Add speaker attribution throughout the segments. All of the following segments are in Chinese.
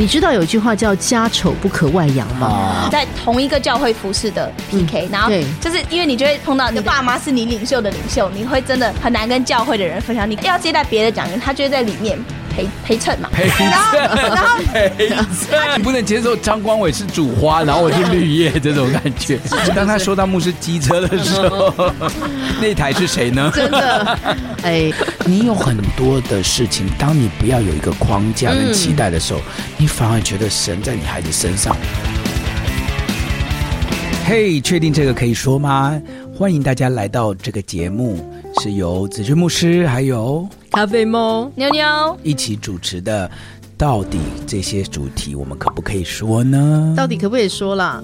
Speaker 1: 你知道有句话叫“家丑不可外扬”吗？
Speaker 2: 啊，
Speaker 3: 在同一个教会服侍的 PK，、然后
Speaker 1: 对
Speaker 3: 就是因为你就会碰嗯到你的爸妈是你领袖的领袖，你会真的很难跟教会的人分享。你要接待别的讲员，他就会在里面陪陪衬嘛。
Speaker 2: 陪
Speaker 3: 然后然后
Speaker 2: 陪你不能接受张光伟是主花，然后我是绿叶这种感觉。当他说到牧师机车的时候，那台是谁呢？
Speaker 1: 真 的，哎，
Speaker 4: 你有很多的事情，当你不要有一个框架跟期待的时候，你反而觉得神在你孩子身上。
Speaker 2: 嘿，确定这个可以说吗？欢迎大家来到这个节目，是由子君牧师还有
Speaker 1: 咖啡猫，
Speaker 3: 妞妞，
Speaker 2: 一起主持的。到底这些主题我们可不可以说呢？
Speaker 1: 到底可不可以说 啦？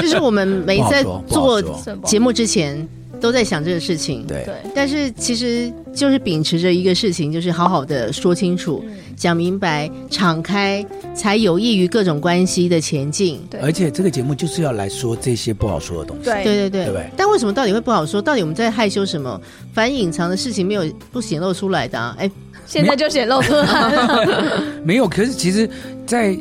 Speaker 1: 就是我们每一次在
Speaker 2: 不好说不好
Speaker 1: 做
Speaker 2: 说
Speaker 1: 节目之前，都在想这个事情。
Speaker 2: 对
Speaker 3: 对，
Speaker 1: 但是其实就是秉持着一个事情，就是好好的说清楚、
Speaker 2: 嗯
Speaker 1: 讲明白、敞开，才有益于各种关系的前进。
Speaker 3: 对
Speaker 2: 而且这个节目就是要来说这些不好说的东西。
Speaker 3: 对
Speaker 1: 对对对。
Speaker 2: 对不对
Speaker 1: 但为什么到底会不好说？到底我们在害羞什么？反隐藏的事情没有不显露出来的、啊。哎，
Speaker 3: 现在就显露出 来了。
Speaker 2: 没有，可是其实在，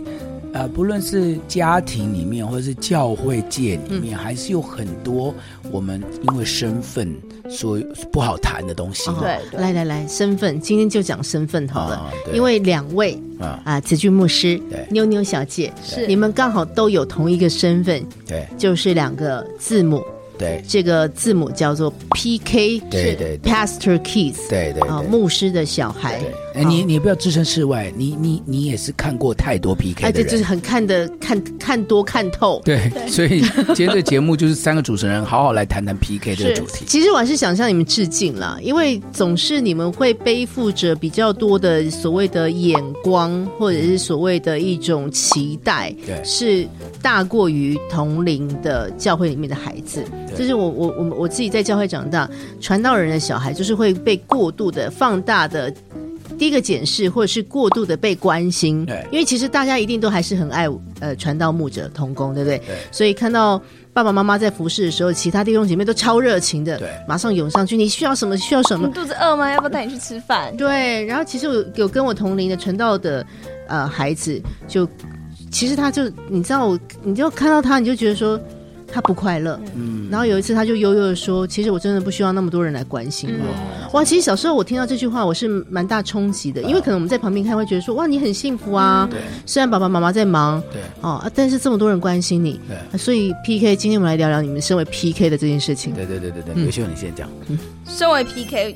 Speaker 2: 呃，不论是家庭里面，或者是教会界里面，
Speaker 1: 嗯
Speaker 2: 还是有很多我们因为身份所不好谈的东西。
Speaker 1: 哦
Speaker 3: 对对
Speaker 1: 来来来，身份，今天就讲身份好了，
Speaker 2: 啊对
Speaker 1: 因为两位
Speaker 2: 啊，
Speaker 1: 啊，子君牧师
Speaker 2: 对、
Speaker 1: 妞妞小姐，
Speaker 3: 是
Speaker 1: 你们刚好都有同一个身份，
Speaker 2: 对
Speaker 1: 就是两个字母，
Speaker 2: 对
Speaker 1: 这个字母叫做 PK，
Speaker 2: 对
Speaker 1: 是
Speaker 2: 对对
Speaker 1: Pastor Keys，
Speaker 2: 对对
Speaker 1: 啊，
Speaker 2: 对
Speaker 1: 牧师的小孩
Speaker 2: 对，，哎，你你不要置身事外，你你你也是看过太多 PK
Speaker 1: 哎，
Speaker 2: 的
Speaker 1: 这就是
Speaker 2: 人。
Speaker 1: 很看的看看多看透。
Speaker 2: 对，所以今天这节目就是三个主持人好好来谈谈 PK 这个主题。
Speaker 1: 其实我还是想向你们致敬啦，因为总是你们会背负着比较多的所谓的眼光，或者是所谓的一种期待，
Speaker 2: 对
Speaker 1: 是大过于同龄的教会里面的孩子。就是我我我我自己在教会长大，传道人的小孩就是会被过度的放大的。第一个检视，或者是过度的被关心
Speaker 2: 对，
Speaker 1: 因为其实大家一定都还是很爱呃传道牧者同工，对不对？所以看到爸爸妈妈在服侍的时候，其他弟兄姐妹都超热情的，
Speaker 2: 对
Speaker 1: 马上涌上去，你需要什么需要什么
Speaker 3: 你，肚子饿吗？要不要带你去吃饭？
Speaker 1: 对。然后其实有有跟我同龄的传道的呃孩子，就其实他就你知道我，你就看到他，你就觉得说。他不快乐，嗯，然后有一次他就悠悠的说：“其实我真的不需要那么多人来关心我。哇，其实小时候我听到这句话，我是蛮大冲击的，因为可能我们在旁边看会觉得说：“哇，你很幸福啊，虽然爸爸妈妈在忙，
Speaker 2: 对
Speaker 1: 哦、啊，但是这么多人关心你，啊
Speaker 2: 对
Speaker 1: 所以 PK，今天我们来聊聊你们身为 PK 的这件事情。
Speaker 2: 对对对对
Speaker 1: 嗯
Speaker 2: 对，刘秀你先讲。
Speaker 3: 身为 PK，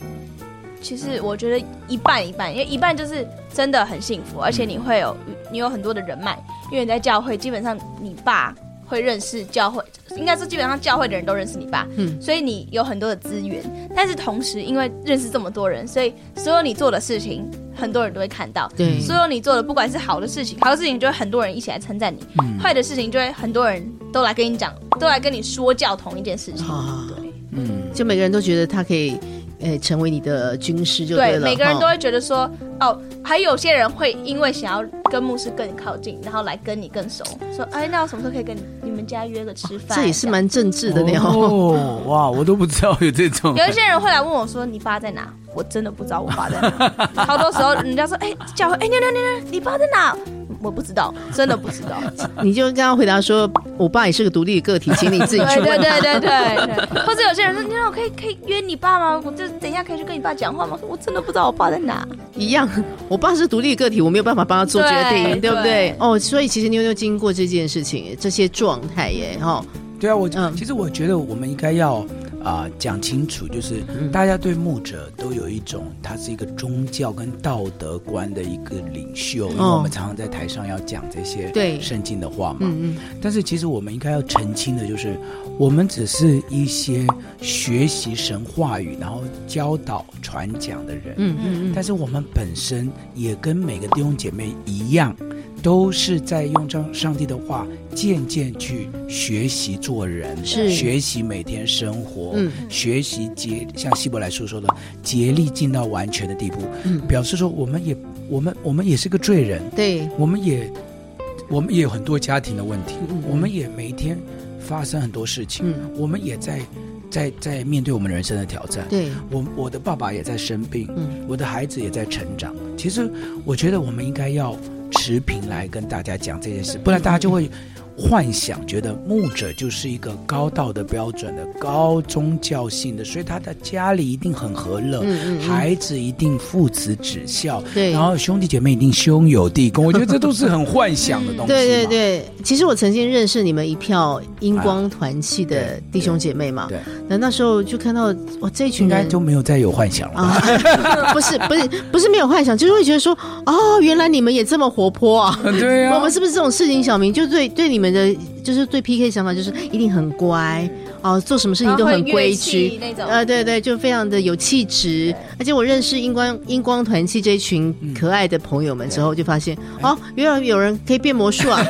Speaker 3: 其实我觉得一半一半，因为一半就是真的很幸福，而且你会有你有很多的人脉，因为你在教会，基本上你爸会认识教会，应该是基本上教会的人都认识你爸，
Speaker 1: 嗯
Speaker 3: 所以你有很多的资源。但是同时，因为认识这么多人，所以所有你做的事情，很多人都会看到。
Speaker 1: 对，
Speaker 3: 所有你做的，不管是好的事情，好的事情就会很多人一起来称赞你；坏的事情就会很多人都来跟你讲，都来跟你说教同一件事
Speaker 2: 嗯
Speaker 3: 情。
Speaker 1: 啊
Speaker 3: 对。
Speaker 1: 就每个人都觉得他可以，呃，成为你的军师就
Speaker 3: 对，
Speaker 1: 了。
Speaker 3: 每个人
Speaker 1: 哈
Speaker 3: 都会觉得说，哦，还有些人会因为想要跟牧师更靠近，然后来跟你更熟，说，哎，那我什么时候可以跟你你们家约个吃饭？
Speaker 1: 啊这也是蛮政治的呢。哦、
Speaker 2: 哦，哇，我都不知道有这种
Speaker 3: 这。样有一些人会来问我说，你爸在哪？我真的不知道我爸在 哪。好多时候人家说，哎，教会，哎，妞妞妞妞，你爸在哪？我不知道，真的不知 道。
Speaker 1: 你就跟他回答说：“我爸也是个独立的个体，请你自己去
Speaker 3: 对
Speaker 1: 问
Speaker 3: 对
Speaker 1: 他。
Speaker 3: 对对对对，或者有些人说，妞妞，我可以可以约你爸吗？我这等一下可以去跟你爸讲话吗？我真的不知道我爸在哪。
Speaker 1: 一样，我爸是独立的个体，我没有办法帮他做决定，
Speaker 3: 对
Speaker 1: 对不对
Speaker 3: 对？
Speaker 1: 哦，所以其实妞妞经过这件事情，这些状态耶，哈、
Speaker 2: 对啊，我、
Speaker 1: 嗯
Speaker 2: 其实我觉得我们应该要啊、讲清楚，就是
Speaker 1: 嗯
Speaker 2: 大家对牧者都有一种他是一个宗教跟道德观的一个领袖，因为我们常常在台上要讲这些
Speaker 1: 哦对
Speaker 2: 圣经的话嘛。
Speaker 1: 嗯嗯，
Speaker 2: 但是其实我们应该要澄清的就是，我们只是一些学习神话语，然后教导传讲的人。
Speaker 1: 嗯嗯嗯，
Speaker 2: 但是我们本身也跟每个弟兄姐妹一样，都是在用上上帝的话，渐渐去学习做人，
Speaker 1: 是
Speaker 2: 学习每天生活，
Speaker 1: 嗯
Speaker 2: 学习竭像希伯来书说的，竭力进到完全的地步，
Speaker 1: 嗯
Speaker 2: 表示说我们也我们我们也是个罪人，
Speaker 1: 对，
Speaker 2: 我们也我们也有很多家庭的问题，
Speaker 1: 嗯嗯
Speaker 2: 我们也每一天发生很多事情，
Speaker 1: 嗯
Speaker 2: 我们也在在在面对我们人生的挑战，
Speaker 1: 对，
Speaker 2: 我我的爸爸也在生病，
Speaker 1: 嗯
Speaker 2: 我的孩子也在成长。其实我觉得我们应该要持平来跟大家讲这件事，不然大家就会幻想觉得牧者就是一个高道德标准的、高宗教性的，所以他的家里一定很和乐，
Speaker 1: 嗯嗯嗯
Speaker 2: 孩子一定父慈子孝，
Speaker 1: 对
Speaker 2: 然后兄弟姐妹一定兄友 弟恭。我觉得这都是很幻想的东西嘛。
Speaker 1: 对对对，其实我曾经认识你们一票英光团契的弟兄姐妹嘛，
Speaker 2: 对，
Speaker 1: 那那时候就看到哇，这一群
Speaker 2: 应该
Speaker 1: 人
Speaker 2: 就没有再有幻想了吧。
Speaker 1: 啊， 不是不是不是没有幻想，就是会觉得说，哦，原来你们也这么活泼啊。
Speaker 2: 对
Speaker 1: 我们是不是这种事情，小明就对对你们的就是对 PK 想法就是一定很乖哦，做什么事情都很规矩
Speaker 3: 然后会乐器那种
Speaker 1: 呃，对对，就非常的有气质。而且我认识英光英光团契这一群
Speaker 2: 嗯
Speaker 1: 可爱的朋友们之后，就发现哦，原来有人可以变魔术啊！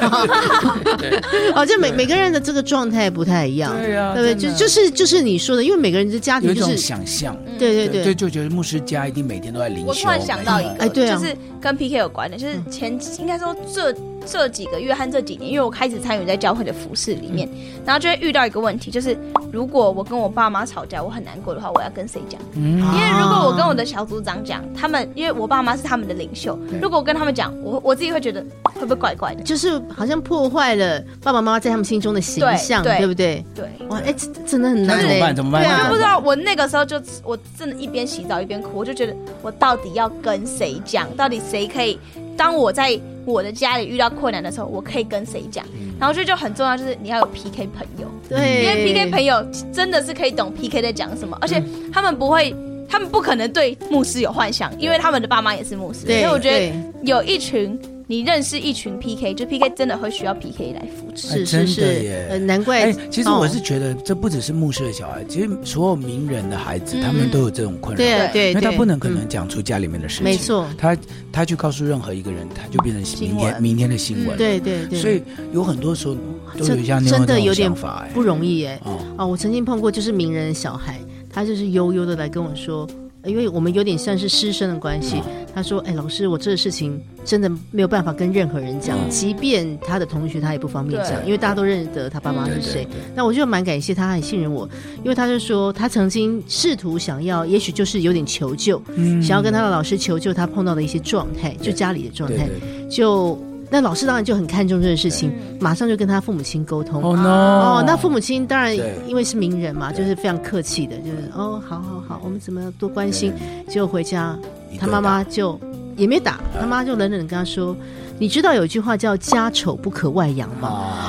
Speaker 1: 哦，就每每个人的这个状态不太一样，
Speaker 2: 对啊
Speaker 1: 对不对？
Speaker 2: 真的
Speaker 1: 就就是就是你说的，因为每个人的家庭
Speaker 2: 有一
Speaker 1: 就
Speaker 2: 种
Speaker 1: 是
Speaker 2: 想象，
Speaker 1: 对对
Speaker 2: 对，就觉得牧师家一定每天都在灵修。
Speaker 3: 我突然想到一个，
Speaker 1: 哎对啊嗯
Speaker 3: 就是跟 PK 有关的，就是前应该说这这几个月和这几年，因为我开始参与在教会的服饰里面，
Speaker 1: 嗯
Speaker 3: 然后就会遇到一个问题，就是如果我跟我爸妈吵架，我很难过的话，我要跟谁讲？
Speaker 1: 嗯
Speaker 2: 嗯
Speaker 3: 因
Speaker 1: 啊
Speaker 3: 为如果我跟我的小组长讲，他们因为我爸妈是他们的领袖，如果我跟他们讲，我我自己会觉得会不会怪怪的？
Speaker 1: 就是好像破坏了爸爸妈妈在他们心中的形
Speaker 3: 对
Speaker 1: 象，
Speaker 3: 对
Speaker 1: 对不对？
Speaker 3: 对。
Speaker 1: 哇，哎，这真的很难
Speaker 2: 那怎么
Speaker 1: 嘞
Speaker 2: 办怎么办
Speaker 1: 对
Speaker 3: 我就
Speaker 1: 啊
Speaker 3: 不知，道，我那个时候就我真的一边洗澡一边哭，我就觉得我到底要跟谁讲？到底谁可以？当我在我的家里遇到困难的时候，我可以跟谁讲？
Speaker 1: 嗯
Speaker 3: 然后这就很重要，就是你要有 PK 朋友，
Speaker 1: 对，
Speaker 3: 因为 PK 朋友真的是可以懂 PK 在讲什么，而且他们不会，他们不可能对牧师有幻想，因为他们的爸妈也是牧师，所以
Speaker 1: 对，
Speaker 3: 我觉得
Speaker 1: 对
Speaker 3: 有一群你认识一群 PK，就 PK 真的会需要 PK 来扶持。
Speaker 2: 哎
Speaker 1: 是是
Speaker 2: 真的
Speaker 1: 是
Speaker 2: 耶，
Speaker 1: 呃难怪
Speaker 2: 哎，其实我是
Speaker 1: 哦
Speaker 2: 觉得这不只是牧师的小孩，其实所有名人的孩子，
Speaker 3: 嗯
Speaker 2: 他们都有这种困扰，
Speaker 1: 对啊对，
Speaker 2: 因为他
Speaker 1: 对
Speaker 2: 不能可
Speaker 1: 嗯
Speaker 2: 能讲出家里面的事情，
Speaker 1: 没，错，
Speaker 2: 他他去告诉任何一个人，他就变成明
Speaker 3: 新闻
Speaker 2: 天明天的新闻，
Speaker 3: 嗯，
Speaker 1: 对对对，
Speaker 2: 所以有很多时候都
Speaker 1: 这
Speaker 2: 有像
Speaker 1: 真的
Speaker 2: 那
Speaker 1: 有
Speaker 2: 种
Speaker 1: 点
Speaker 2: 想法，哎，
Speaker 1: 不容易哎。
Speaker 2: 哦，
Speaker 1: 哦，我曾经碰过就是名人的小孩，他就是悠悠的来跟我说。呃因为我们有点像是师生的关系，
Speaker 2: 嗯
Speaker 1: 他说：“哎，老师，我这个事情真的没有办法跟任何人讲，
Speaker 2: 嗯
Speaker 1: 即便他的同学，他也不方便
Speaker 3: 对
Speaker 1: 讲，因为大家都认得他爸妈
Speaker 2: 对
Speaker 1: 是
Speaker 2: 对
Speaker 1: 谁。
Speaker 2: 嗯对，
Speaker 1: 那我就蛮感谢他，很信任我，因为他就说他曾经试图想要，也许就是有点求救，想要跟他的老师求救，他碰到的一些状态，就家里的状
Speaker 2: 嗯对
Speaker 1: 态
Speaker 2: 对，对嗯
Speaker 1: 就那老师当然就很看重这个事情
Speaker 3: 对，
Speaker 1: 马上就跟他父母亲沟通。
Speaker 2: ，Oh
Speaker 1: 哦
Speaker 2: no，，
Speaker 1: 那父母亲当然
Speaker 2: 对
Speaker 1: 因为是名人嘛，
Speaker 2: 对
Speaker 1: 就是非常客气的，就是哦，好好好，我们怎么样多关心
Speaker 2: 对。
Speaker 1: 结果回家，
Speaker 2: 一
Speaker 1: 他
Speaker 2: 个
Speaker 1: 妈
Speaker 2: 大
Speaker 1: 妈就也没
Speaker 2: 啊
Speaker 1: 打，他妈就冷冷的跟他说：“你知道有句话叫‘家丑不可外扬’吗？”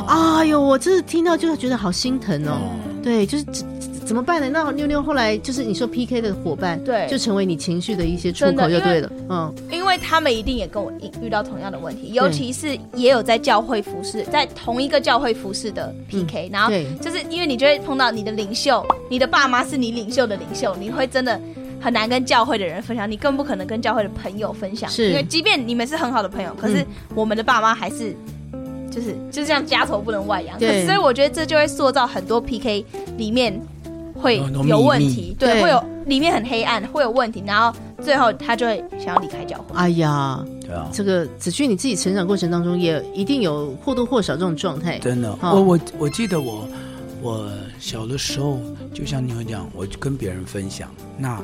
Speaker 2: 啊，
Speaker 1: 哎呦，我真的听到就是觉得好心疼哦。对，就是怎怎么办呢？那六六后来就是你说 PK 的伙伴，
Speaker 3: 对
Speaker 1: 就成为你情绪的一些出
Speaker 3: 真
Speaker 1: 口
Speaker 3: 的
Speaker 1: 就
Speaker 3: 因为
Speaker 1: 对了。嗯，
Speaker 3: 因为他们一定也跟我一遇到同样的问题，尤其是也有在教会服饰，在同一个教会服饰的 PK，、然后
Speaker 1: 对
Speaker 3: 就是因为你就会碰到你的领袖，你的爸妈是你领袖的领袖，你会真的很难跟教会的人分享，你更不可能跟教会的朋友分享，
Speaker 1: 是
Speaker 3: 因为即便你们是很好的朋友，可
Speaker 2: 嗯
Speaker 3: 是我们的爸妈还是。就是就这样，家丑不能外扬。
Speaker 1: 对
Speaker 3: 所以我觉得这就会塑造很多 PK 里面会
Speaker 2: 有有秘
Speaker 3: 有问
Speaker 2: 密
Speaker 3: 题，对，
Speaker 1: 对
Speaker 3: 会有里面很黑暗，会有问题，然后最后他就会想要离开教会。
Speaker 1: 哎呀，
Speaker 2: 对啊。
Speaker 1: 这个子俊你自己成长过程当中也一定有或多或少这种状态。
Speaker 2: 真的，
Speaker 1: 哦
Speaker 2: 我我我记得我我小的时候，就像你们讲，我就跟别人分享，那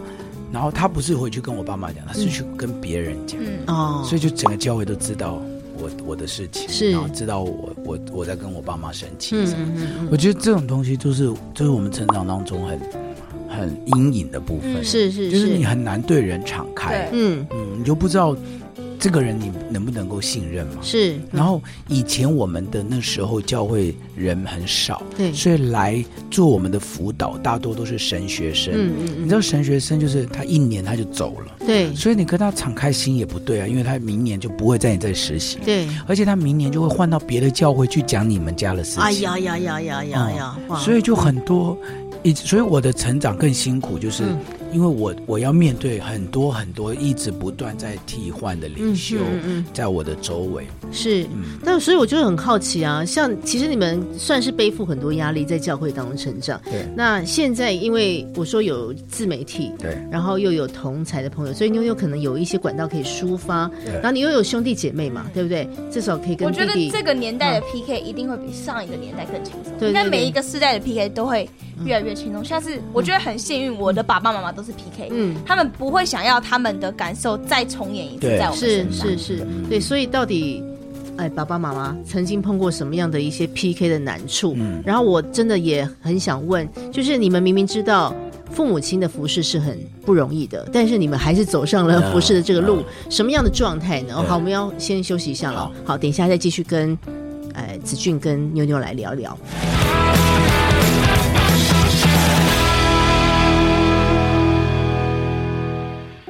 Speaker 2: 然后他不是回去跟我爸妈讲，他是去跟别人讲，
Speaker 3: 嗯，
Speaker 1: 哦，
Speaker 2: 所以就整个教会都知道我我的事情，
Speaker 1: 是
Speaker 2: 然后知道我我我在跟我爸妈生气
Speaker 1: 嗯
Speaker 2: 什么。
Speaker 1: 嗯嗯
Speaker 2: 我觉得这种东西就是就是我们成长当中很很阴影的部分，
Speaker 1: 嗯，
Speaker 3: 嗯
Speaker 1: 是是
Speaker 2: 就是你
Speaker 1: 是，
Speaker 2: 很难对人敞开
Speaker 3: 对，
Speaker 1: 嗯
Speaker 2: 嗯，你就不知道这个人你能不能够信任嘛。
Speaker 1: 是，
Speaker 2: 然后以前我们的那时候教会人很少，
Speaker 1: 对
Speaker 2: 所以来做我们的辅导大多都是神学生。
Speaker 1: 嗯嗯
Speaker 2: 你知道神学生就是他一年他就走了，
Speaker 1: 嗯，对
Speaker 2: 所以你跟他敞开心也不对啊，因为他明年就不会在你这实习，
Speaker 1: 对，
Speaker 2: 而且他明年就会换到别的教会去讲你们家的事情。嗯
Speaker 1: 哎呀呀呀呀呀呀，哇，
Speaker 2: 哦所以就很多，以所以我的成长更辛苦，就是
Speaker 1: 嗯
Speaker 2: 因为我我要面对很多很多一直不断在替换的领
Speaker 1: 嗯
Speaker 2: 袖，
Speaker 1: 嗯嗯
Speaker 2: 在我的周围。
Speaker 1: 是，
Speaker 2: 嗯
Speaker 1: 但所以我就很好奇啊，像其实你们算是背负很多压力在教会当中成长。
Speaker 2: 对
Speaker 1: 那现在因为我说有自媒体，
Speaker 2: 对，
Speaker 1: 然后又有同才的朋友，所以妞妞可能有一些管道可以抒发，
Speaker 2: 对
Speaker 1: 然后你又有兄弟姐妹嘛，对不对？至少可以
Speaker 3: 我
Speaker 1: 跟弟
Speaker 3: 觉得
Speaker 1: 弟嗯
Speaker 3: 这个年代的 PK 一定会比上一个年代更轻松。
Speaker 1: 对对
Speaker 3: 应该
Speaker 1: 对
Speaker 3: 每一个世代的 PK 都会越来越轻松。像是我觉得很幸运，我的爸爸妈妈都都是 PK，、
Speaker 1: 嗯，
Speaker 3: 他们不会想要他们的感受再重演一次
Speaker 2: 对
Speaker 3: 在我们
Speaker 1: 是
Speaker 3: 身上。
Speaker 1: 是是，对，所以到底。哎，爸爸妈妈曾经碰过什么样的一些 PK 的难处？
Speaker 3: 嗯
Speaker 1: 然后我真的也很想问，就是你们明明知道父母亲的服饰是很不容易的，但是你们还是走上
Speaker 3: 嗯
Speaker 1: 了服饰的这个路，什么样的状态呢？哦好，我们要先休息一下了。好，等一下再继续跟，哎，子俊跟妞妞来聊聊。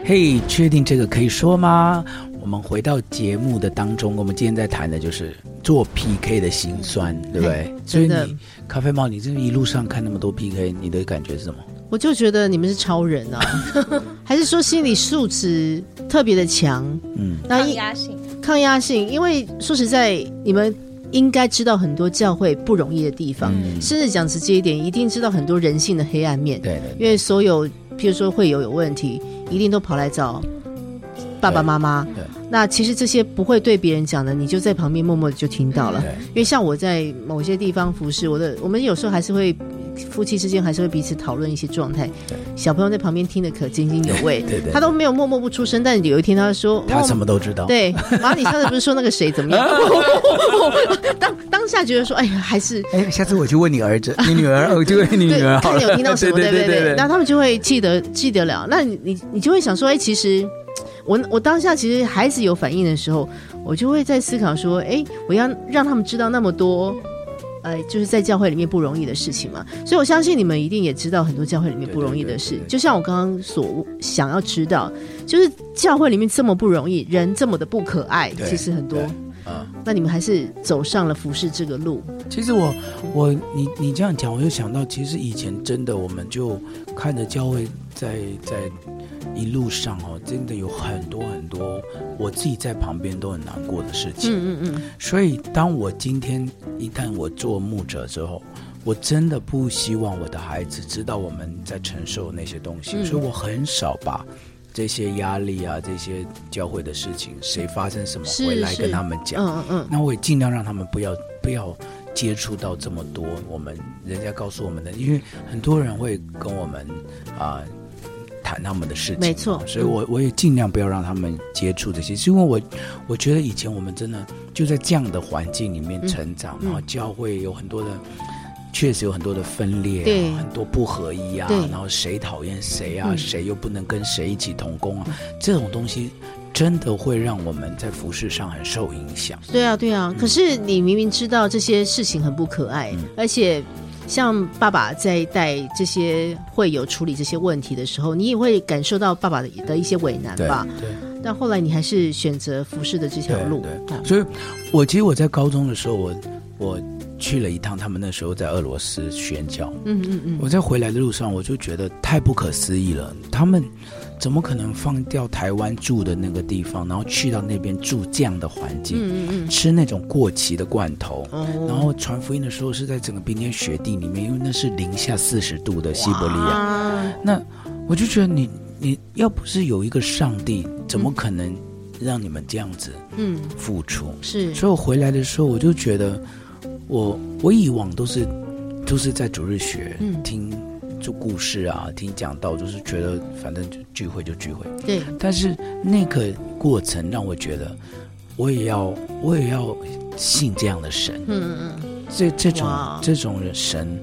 Speaker 2: 嘿确定这个可以说吗？我们回到节目的当中，我们今天在谈的就是做 PK 的辛酸，对不对？所
Speaker 1: 真
Speaker 2: 以
Speaker 1: 的
Speaker 2: 你咖啡猫，你这一路上看那么多 PK，你的感觉是什么？
Speaker 1: 我就觉得你们是超人啊， 还是说心理素质特别的强？
Speaker 2: 嗯，
Speaker 1: 那
Speaker 3: 抗
Speaker 1: 一
Speaker 3: 压性，
Speaker 1: 抗压性，因为说实在，你们应该知道很多教会不容易的地方，甚至讲直接一点，一定知道很多人性的黑暗面。
Speaker 2: 嗯对
Speaker 1: 因
Speaker 2: 对
Speaker 1: 为所有，譬如说会有有问题，一定都跑来找爸爸妈妈
Speaker 2: 对对。
Speaker 1: 那其实这些不会对别人讲的，你就在旁边默默的就听到了。
Speaker 2: 对，
Speaker 1: 因为像我在某些地方服侍，我的我们有时候还是会夫妻之间还是会彼此讨论一些状态。小朋友在旁边听得可津津有味，
Speaker 2: 对对
Speaker 1: 他都没有默默不出声，但有一天他说：“
Speaker 2: 他
Speaker 1: 哇
Speaker 2: 什么都知道。
Speaker 1: 对，马里上次不是说那个谁怎么样？当当下觉得说，哎呀，还是
Speaker 2: 哎，下次我去问你儿子，你女 儿，我去问你女
Speaker 1: 对
Speaker 2: 儿，好
Speaker 1: 看
Speaker 2: 了。
Speaker 1: 你有听到什么，
Speaker 2: 对
Speaker 1: 对
Speaker 2: 对
Speaker 1: 对。那他们就会记得记得了。那你你你就会想说，哎，其实我我当下其实孩子有反应的时候，我就会在思考说，哎，我要让他们知道那么多。呃，就是在教会里面不容易的事情嘛，所以我相信你们一定也知道很多教会里面不容易的事。
Speaker 2: 对对对对
Speaker 1: 就像我刚刚所想要知道，就是教会里面这么不容易，人这么的不可爱，
Speaker 2: 对
Speaker 1: 其实很多
Speaker 2: 对啊
Speaker 1: 那你们还是走上了服饰这个路，
Speaker 2: 其实我我你你这样讲，我就想到，其实以前真的我们就看着教会在在一路上哦，真的有很多很多我自己在旁边都很难过的事情。
Speaker 1: 嗯嗯嗯，
Speaker 2: 所以当我今天一旦我做牧者之后，我真的不希望我的孩子知道我们在承受那些东西，
Speaker 1: 嗯
Speaker 2: 所以我很少把。这些压力啊，这些教会的事情，谁发生什么
Speaker 1: 是
Speaker 2: 回来
Speaker 1: 是
Speaker 2: 跟他们讲。
Speaker 1: 嗯嗯嗯，
Speaker 2: 那我也尽量让他们不要不要接触到这么多我们人家告诉我们的，因为很多人会跟我们啊。谈他们的事情嘛，
Speaker 1: 没错嗯
Speaker 2: 所以我我也尽量不要让他们接触这些，是因为我我觉得以前我们真的就在这样的环境里面成长，
Speaker 1: 嗯
Speaker 2: 然后教会有很多的，确实有很多的分裂、
Speaker 1: 对
Speaker 2: 啊，很多不合一啊
Speaker 1: 对，
Speaker 2: 然后谁讨厌谁啊，
Speaker 1: 嗯
Speaker 2: 谁又不能跟谁一起同工啊，这种东西真的会让我们在服饰上很受影响。
Speaker 1: 对啊对啊。可是你明明知道这些事情很不可爱，嗯而且像爸爸在带这些会友处理这些问题的时候，你也会感受到爸爸的的一些为难吧？
Speaker 2: 对，
Speaker 1: 但后来你还是选择服饰的这条路，
Speaker 2: 对
Speaker 1: 哦
Speaker 2: 所以我其实我在高中的时候，我我去了一趟他们那时候在俄罗斯宣教，
Speaker 1: 嗯嗯嗯，
Speaker 2: 我在回来的路上，我就觉得太不可思议了，他们怎么可能放掉台湾住的那个地方，然后去到那边住这样的环境，
Speaker 1: 嗯嗯
Speaker 2: 吃那种过期的罐头。
Speaker 1: 嗯，哦
Speaker 2: 然后传福音的时候是在整个冰天雪地里面，因为那是零下四十度的西伯利亚，
Speaker 1: 啊，
Speaker 2: 那我就觉得你你要不是有一个上帝，怎么可能让你们这样子
Speaker 1: 嗯
Speaker 2: 付出？
Speaker 1: 是，
Speaker 2: 所以我回来的时候，我就觉得我我以往都是都是在主日学、
Speaker 1: 嗯
Speaker 2: 听就故事啊，听讲道，就是觉得反正就聚会就聚会。
Speaker 1: 对，
Speaker 2: 但是那个过程让我觉得，我也要我也要信这样的神，
Speaker 1: 嗯嗯
Speaker 2: 这这种
Speaker 1: 哇
Speaker 2: 这种人神。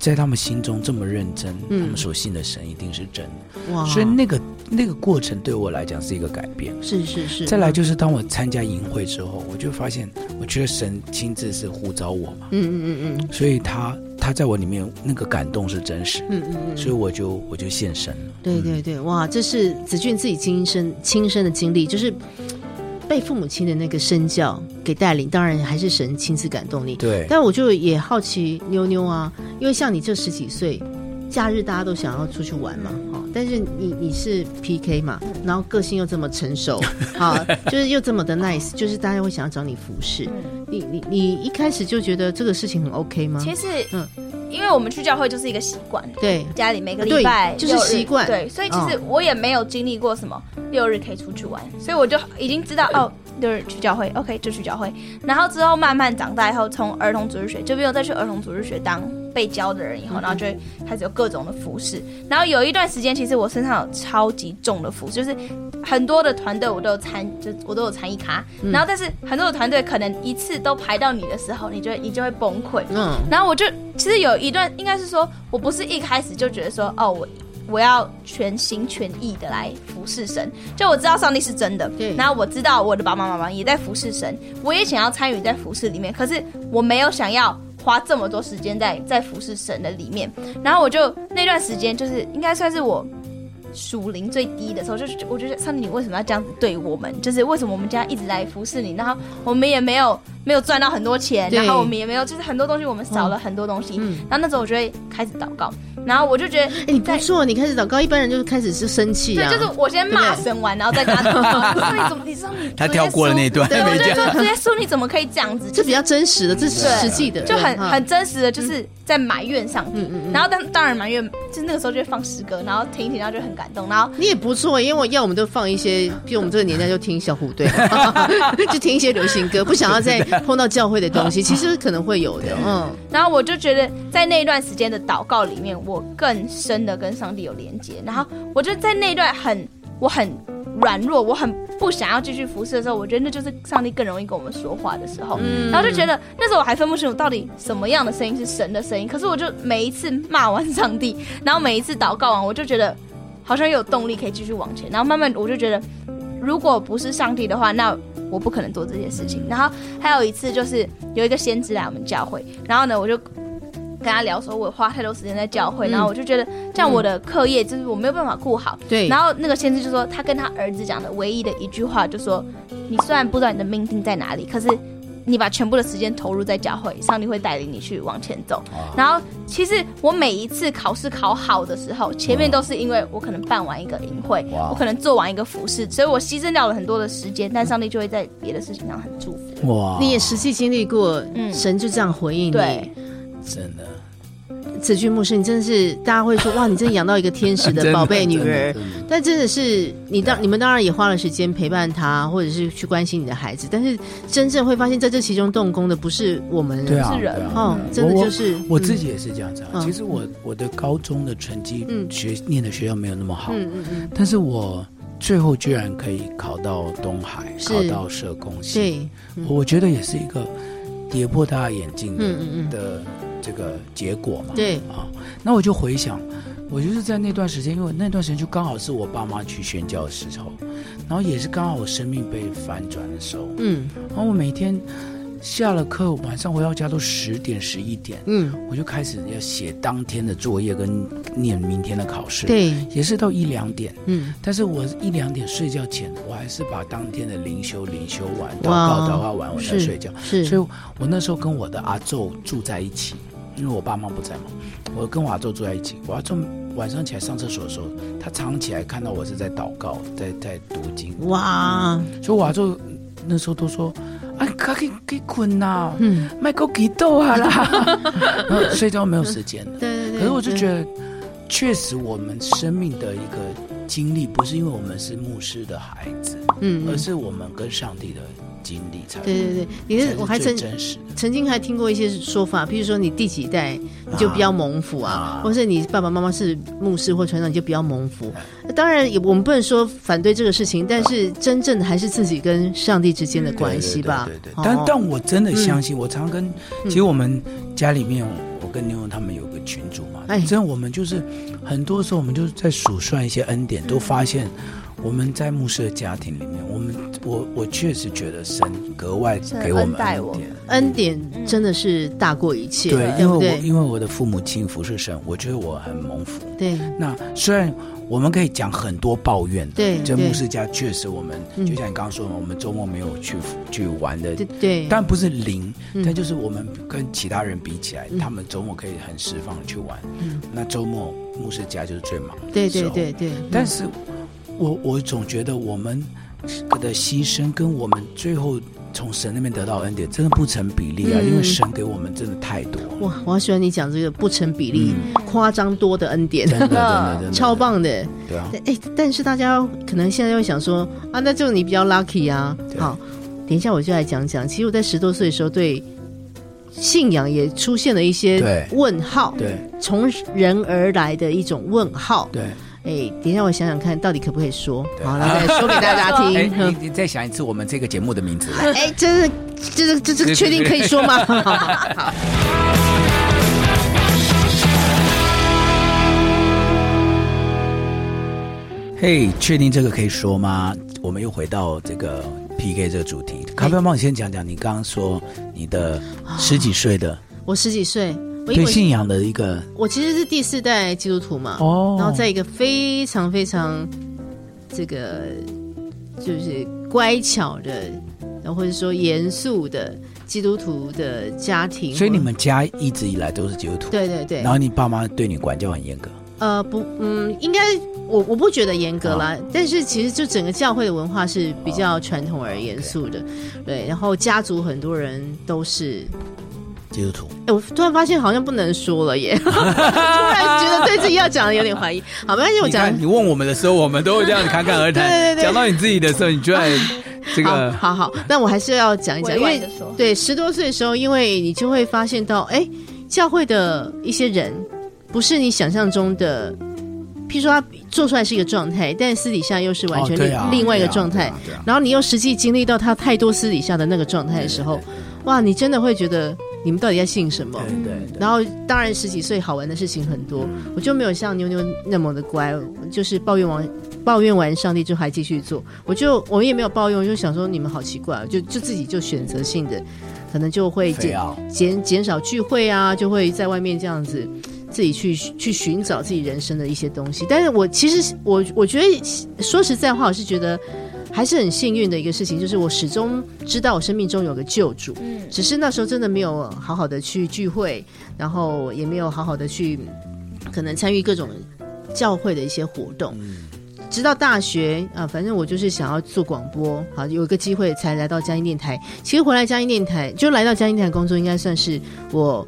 Speaker 2: 在他们心中这么认真，
Speaker 1: 嗯
Speaker 2: 他们所信的神一定是真的。
Speaker 1: 嗯，哇，
Speaker 2: 所以那个那个过程对我来讲是一个改变。
Speaker 1: 是是是，
Speaker 2: 再来就是当我参加营会之后，我就发现，我觉得神亲自是呼召我嘛，
Speaker 1: 嗯嗯嗯嗯
Speaker 2: 所以他他在我里面那个感动是真实，
Speaker 1: 嗯嗯嗯，
Speaker 2: 所以我就我就献身了。
Speaker 1: 对对对，哇，这是子俊自己亲身亲身的经历，就是被父母亲的那个身教给带领，当然还是神亲自感动你。
Speaker 2: 对，
Speaker 1: 但我就也好奇妞妞啊，因为像你这十几岁，假日大家都想要出去玩嘛，哦，但是你你是 PK 嘛，然后个性又这么成熟，啊，就是又这么的 nice，就是大家会想要找你服侍。你你你一开始就觉得这个事情很 OK 吗？
Speaker 3: 嗯其实，
Speaker 1: 嗯
Speaker 3: 因为我们去教会就是一个习惯，
Speaker 1: 对，
Speaker 3: 家里每个
Speaker 1: 啊对
Speaker 3: 礼拜
Speaker 1: 就是
Speaker 3: 六日
Speaker 1: 习惯嗯
Speaker 3: 对，所以其实我也没有经历过什么六日可以出去玩，所以我就已经知道哦，就是去教会，OK 就去教会。然后之后慢慢长大以后，从儿童主日学就没有再去儿童主日学当被教的人以
Speaker 1: 嗯
Speaker 3: 后，然后就会开始有各种的服饰。然后有一段时间，其实我身上有超级重的服饰，就是很多的团队我都有参，就我都有参一咖。
Speaker 1: 嗯
Speaker 3: 然后但是很多的团队可能一次都排到你的时候，你就会你就会崩溃。
Speaker 1: 嗯，
Speaker 3: 然后我就其实有一段，应该是说我不是一开始就觉得说，哦，我我要全心全意的来服侍神，就我知道上帝是真的，
Speaker 1: 对
Speaker 3: 然后我知道我的爸爸妈妈也在服侍神，我也想要参与在服侍里面，可是我没有想要。花这么多时间在在服侍神的里面，然后我就那段时间就是应该算是我属灵最低的时候，就是我觉得上帝，你为什么要这样子对我们？就是为什么我们家一直来服侍你，然后我们也没有没有赚到很多钱，
Speaker 1: 对
Speaker 3: 然后我们也没有，就是很多东西我们少了很多东西。
Speaker 1: 嗯
Speaker 3: 然后那时候我就会开始祷告，然后我就觉得
Speaker 1: 哎，你不错，你开始祷告，一般人就是开始是生气
Speaker 3: 对，
Speaker 1: 啊，
Speaker 3: 就是我先骂神完，然后再跟他祷告。我说你怎么，你知道你
Speaker 4: 他跳过了那一段，
Speaker 3: 对，我
Speaker 4: 没
Speaker 3: 就
Speaker 4: 讲。
Speaker 3: 说主耶稣你怎么可以这样子？
Speaker 1: 这比较真实的，这是实际的，
Speaker 3: 就很
Speaker 1: 嗯
Speaker 3: 很真实的，就是在埋怨上帝。
Speaker 1: 嗯嗯嗯
Speaker 3: 然后当当然埋怨，就是那个时候就会放诗歌，然后听一听，然后就很感动，然后
Speaker 1: 你也不错，因为我要我们都放一些，比如我们这个年代就听小虎 队，就听一些流行歌，不想要再碰到教会的东西，其实可能会有的，嗯，
Speaker 3: 然后我就觉得在那一段时间的祷告里面，我更深的跟上帝有连接。然后我就在那一段很我很软弱，我很不想要继续服侍的时候，我觉得那就是上帝更容易跟我们说话的时候。然后就觉得那时候我还分不清楚到底什么样的声音是神的声音，可是我就每一次骂完上帝，然后每一次祷告完，我就觉得好像有动力可以继续往前。然后慢慢我就觉得，如果不是上帝的话，那我不可能做这些事情。然后还有一次就是有一个先知来我们教会，然后呢，我就跟他聊说，我花太多时间在教会，
Speaker 1: 嗯
Speaker 3: 然后我就觉得这样我的课业就是我没有办法顾好。
Speaker 1: 对，嗯
Speaker 3: 然后那个先知就说，他跟他儿子讲的唯一的一句话就说，你虽然不知道你的命定在哪里，可是你把全部的时间投入在教会，上帝会带领你去往前走。然后其实我每一次考试考好的时候，前面都是因为我可能办完一个营会，
Speaker 4: 哇
Speaker 3: 我可能做完一个服饰，所以我牺牲掉了很多的时间，但上帝就会在别的事情上很祝福。
Speaker 2: 哇
Speaker 1: 你也实际经历过，
Speaker 3: 嗯
Speaker 1: 神就这样回应
Speaker 3: 对
Speaker 1: 你。，
Speaker 2: 真的
Speaker 1: 子君牧师，你真的是大家会说哇，你真的养到一个天使的宝贝女儿。但真的是你当你们当然也花了时间陪伴她，或者是去关心你的孩子，但是真正会发现在这其中动工的不是我们，
Speaker 2: 对啊，
Speaker 3: 是人
Speaker 2: 对啊
Speaker 1: 哦，真的就是
Speaker 2: 我自
Speaker 1: 己，
Speaker 2: 己也是这样子啊。
Speaker 1: 嗯
Speaker 2: 其实我我的高中的成绩，
Speaker 1: 嗯
Speaker 2: 学念的学校没有那么好，
Speaker 1: 嗯嗯嗯，
Speaker 2: 但是我最后居然可以考到东海，
Speaker 1: 是
Speaker 2: 考到社工系，
Speaker 1: 对，嗯
Speaker 2: 我觉得也是一个跌破大家眼镜的、
Speaker 1: 嗯嗯嗯，
Speaker 2: 的这个结果嘛。
Speaker 1: 对，
Speaker 2: 啊，那我就回想，我就是在那段时间，因为那段时间就刚好是我爸妈去宣教的时候，然后也是刚好我生命被翻转的时候，
Speaker 1: 嗯
Speaker 2: 然后我每天下了课晚上回到家都十点十一点，
Speaker 1: 嗯，
Speaker 2: 我就开始要写当天的作业跟念明天的考试，，
Speaker 1: 对，
Speaker 2: 也是到一两点，
Speaker 1: 嗯
Speaker 2: 但是我一两点睡觉前，我还是把当天的灵修灵修完，祷
Speaker 1: 哇
Speaker 2: 告祷告完我才
Speaker 1: 是
Speaker 2: 睡觉，
Speaker 1: 是，
Speaker 2: 所以我那时候跟我的阿昼住在一起，因为我爸妈不在嘛，我跟我阿昼住在一起。我阿昼晚上起来上厕所的时候，他常起来看到我是在祷告，在在读经，
Speaker 1: 哇，
Speaker 2: 所以我阿昼那时候都说：“啊，赶紧给困呐，
Speaker 1: 嗯，
Speaker 2: 麦克给豆啊啦。” 然后睡觉没有时间了。
Speaker 1: 对对对。
Speaker 2: 可是我就
Speaker 1: 对
Speaker 2: 觉得，确实我们生命的一个经历，不是因为我们是牧师的孩子，
Speaker 1: 嗯，
Speaker 2: 而
Speaker 1: 嗯
Speaker 2: 是我们跟上帝的经历才
Speaker 1: 对对对，你
Speaker 2: 才
Speaker 1: 是
Speaker 2: 是
Speaker 1: 我还
Speaker 2: 最
Speaker 1: 曾
Speaker 2: 真实的。
Speaker 1: 曾经还听过一些说法，譬如说你第几代你就不要蒙福啊，
Speaker 2: 啊
Speaker 1: 或是你爸爸妈妈是牧师或传长，你就不要蒙福。呃当然也我们不能说反对这个事情，但是真正的还是自己跟上帝之间的关系吧。
Speaker 2: 啊对对对对对
Speaker 1: 哦
Speaker 2: 但但我真的相信，我常跟其实我们家里面，我跟牛牛他们有个群组嘛，
Speaker 1: 哎
Speaker 2: 真的我们就是很多时候我们就是在数算一些恩典，都发现我们在牧师的家庭里面，我们我我确实觉得神格外给我们
Speaker 3: 神恩待
Speaker 2: 恩
Speaker 3: 我
Speaker 2: 典。
Speaker 1: 恩典真的是大过一切，
Speaker 2: 对，
Speaker 1: 对
Speaker 2: 因
Speaker 1: 不
Speaker 2: 为我
Speaker 1: 对？
Speaker 2: 因为我的父母亲服侍神，我觉得我很蒙福。
Speaker 1: 对
Speaker 2: 那虽然我们可以讲很多抱怨的，
Speaker 1: 对
Speaker 2: 这
Speaker 1: 对
Speaker 2: 牧师家确实我们
Speaker 1: 嗯
Speaker 2: 就像你刚刚说的，我们周末没有去去玩的
Speaker 1: 对对，
Speaker 2: 但不是零，
Speaker 1: 嗯
Speaker 2: 但就是我们跟其他人比起来，
Speaker 1: 嗯
Speaker 2: 他们周末可以很释放地去玩。
Speaker 1: 嗯
Speaker 2: 那周末牧师家就是最哦忙的
Speaker 1: 对
Speaker 2: 时
Speaker 1: 对
Speaker 2: 候
Speaker 1: 对对，
Speaker 2: 但
Speaker 1: 是
Speaker 2: 是我我总觉得我们的牺牲跟我们最后从神那边得到的恩典真的不成比例啊，
Speaker 1: 嗯
Speaker 2: 因为神给我们真的太 多。
Speaker 1: 哇，我好喜欢你讲这个不成比例、夸张多的恩典，
Speaker 2: 嗯真的真的真的
Speaker 1: 超，棒的。
Speaker 2: 对啊，
Speaker 1: 哎，但是大家可能现在会想说啊，那就你比较 lucky 啊。
Speaker 2: 对
Speaker 1: 好，等一下我就来讲讲，其实我在十多岁的时候对信仰也出现了一些
Speaker 2: 对
Speaker 1: 问号，
Speaker 2: 对
Speaker 1: 从人而来的一种问号。
Speaker 2: 对。啊
Speaker 1: 哎，等一下我想想看到底可不可以说，
Speaker 2: 对
Speaker 1: 好，然后再说给大家
Speaker 2: 哎，
Speaker 1: 听。
Speaker 2: 你你再想一次我们这个节目的名字。
Speaker 1: 哎，这是这是这是确定可以说吗？ 好好好
Speaker 2: 嘿，确定这个可以说吗？我们又回到这个 PK 这个主题。咖啡猫，你先讲讲你刚刚说你的十几岁的
Speaker 1: 我十几岁，啊我因
Speaker 2: 对
Speaker 1: 为
Speaker 2: 信仰的一个
Speaker 1: 我其实是第四代基督徒嘛，
Speaker 2: 哦
Speaker 1: 然后在一个非常非常这个就是乖巧的，然后或者说严肃的基督徒的家庭，
Speaker 2: 所以你们家一直以来都是基督徒，
Speaker 1: 对对对
Speaker 2: 然，后你爸妈对你管教很严格，
Speaker 1: 呃不嗯，应该我我不觉得严格
Speaker 2: 啊
Speaker 1: 啦，但是其实就整个教会的文化是比较传统而严肃的，对，然后家族很多人都是
Speaker 2: 基督徒。
Speaker 1: 哎，我突然发现好像不能说了耶！ 突然觉得对自己要讲的有点怀疑。好，没关系，我
Speaker 2: 你
Speaker 1: 讲
Speaker 2: 看，。你问我们的时候，我们都会这样侃侃而
Speaker 1: 对对
Speaker 2: 谈。
Speaker 1: 对
Speaker 2: 讲到你自己的时候，你就在这
Speaker 1: 好
Speaker 2: 个
Speaker 1: 好好，但我还是要讲一讲，
Speaker 3: 委
Speaker 1: 因
Speaker 3: 婉
Speaker 1: 为
Speaker 3: 的说，
Speaker 1: 对十多岁的时候，因为你就会发现到，哎，教会的一些人不是你想象中的，譬如说他做出来是一个状态，但私底下又是完全
Speaker 2: 哦
Speaker 1: 另、
Speaker 2: 对啊
Speaker 1: 另外一个
Speaker 2: 对啊
Speaker 1: 状态。
Speaker 2: 对啊对啊
Speaker 1: 然后你又实际经历到他太多私底下的那个状态的时候，哇，你真的会觉得你们到底在信什么？
Speaker 2: 对啊对对
Speaker 1: 然后当然十几岁好玩的事情很多，我就没有像妞妞那么的乖，就是抱怨完抱怨完上帝就还继续做，我就我也没有抱怨，我就想说你们好奇怪，就就自己就选择性的，可能就会
Speaker 2: 非
Speaker 1: 减
Speaker 2: 要
Speaker 1: 减减少聚会啊，就会在外面这样子自己去去寻找自己人生的一些东西。但是我其实我我觉得说实在话，我是觉得还是很幸运的一个事情，就是我始终知道我生命中有个救主，
Speaker 3: 嗯
Speaker 1: 只是那时候真的没有好好的去聚会，然后也没有好好的去可能参与各种教会的一些活动。直到大学啊、反正我就是想要做广播，好有一个机会才来到嘉音电台。其实回来嘉音电台，就来到嘉音电台工作，应该算是我，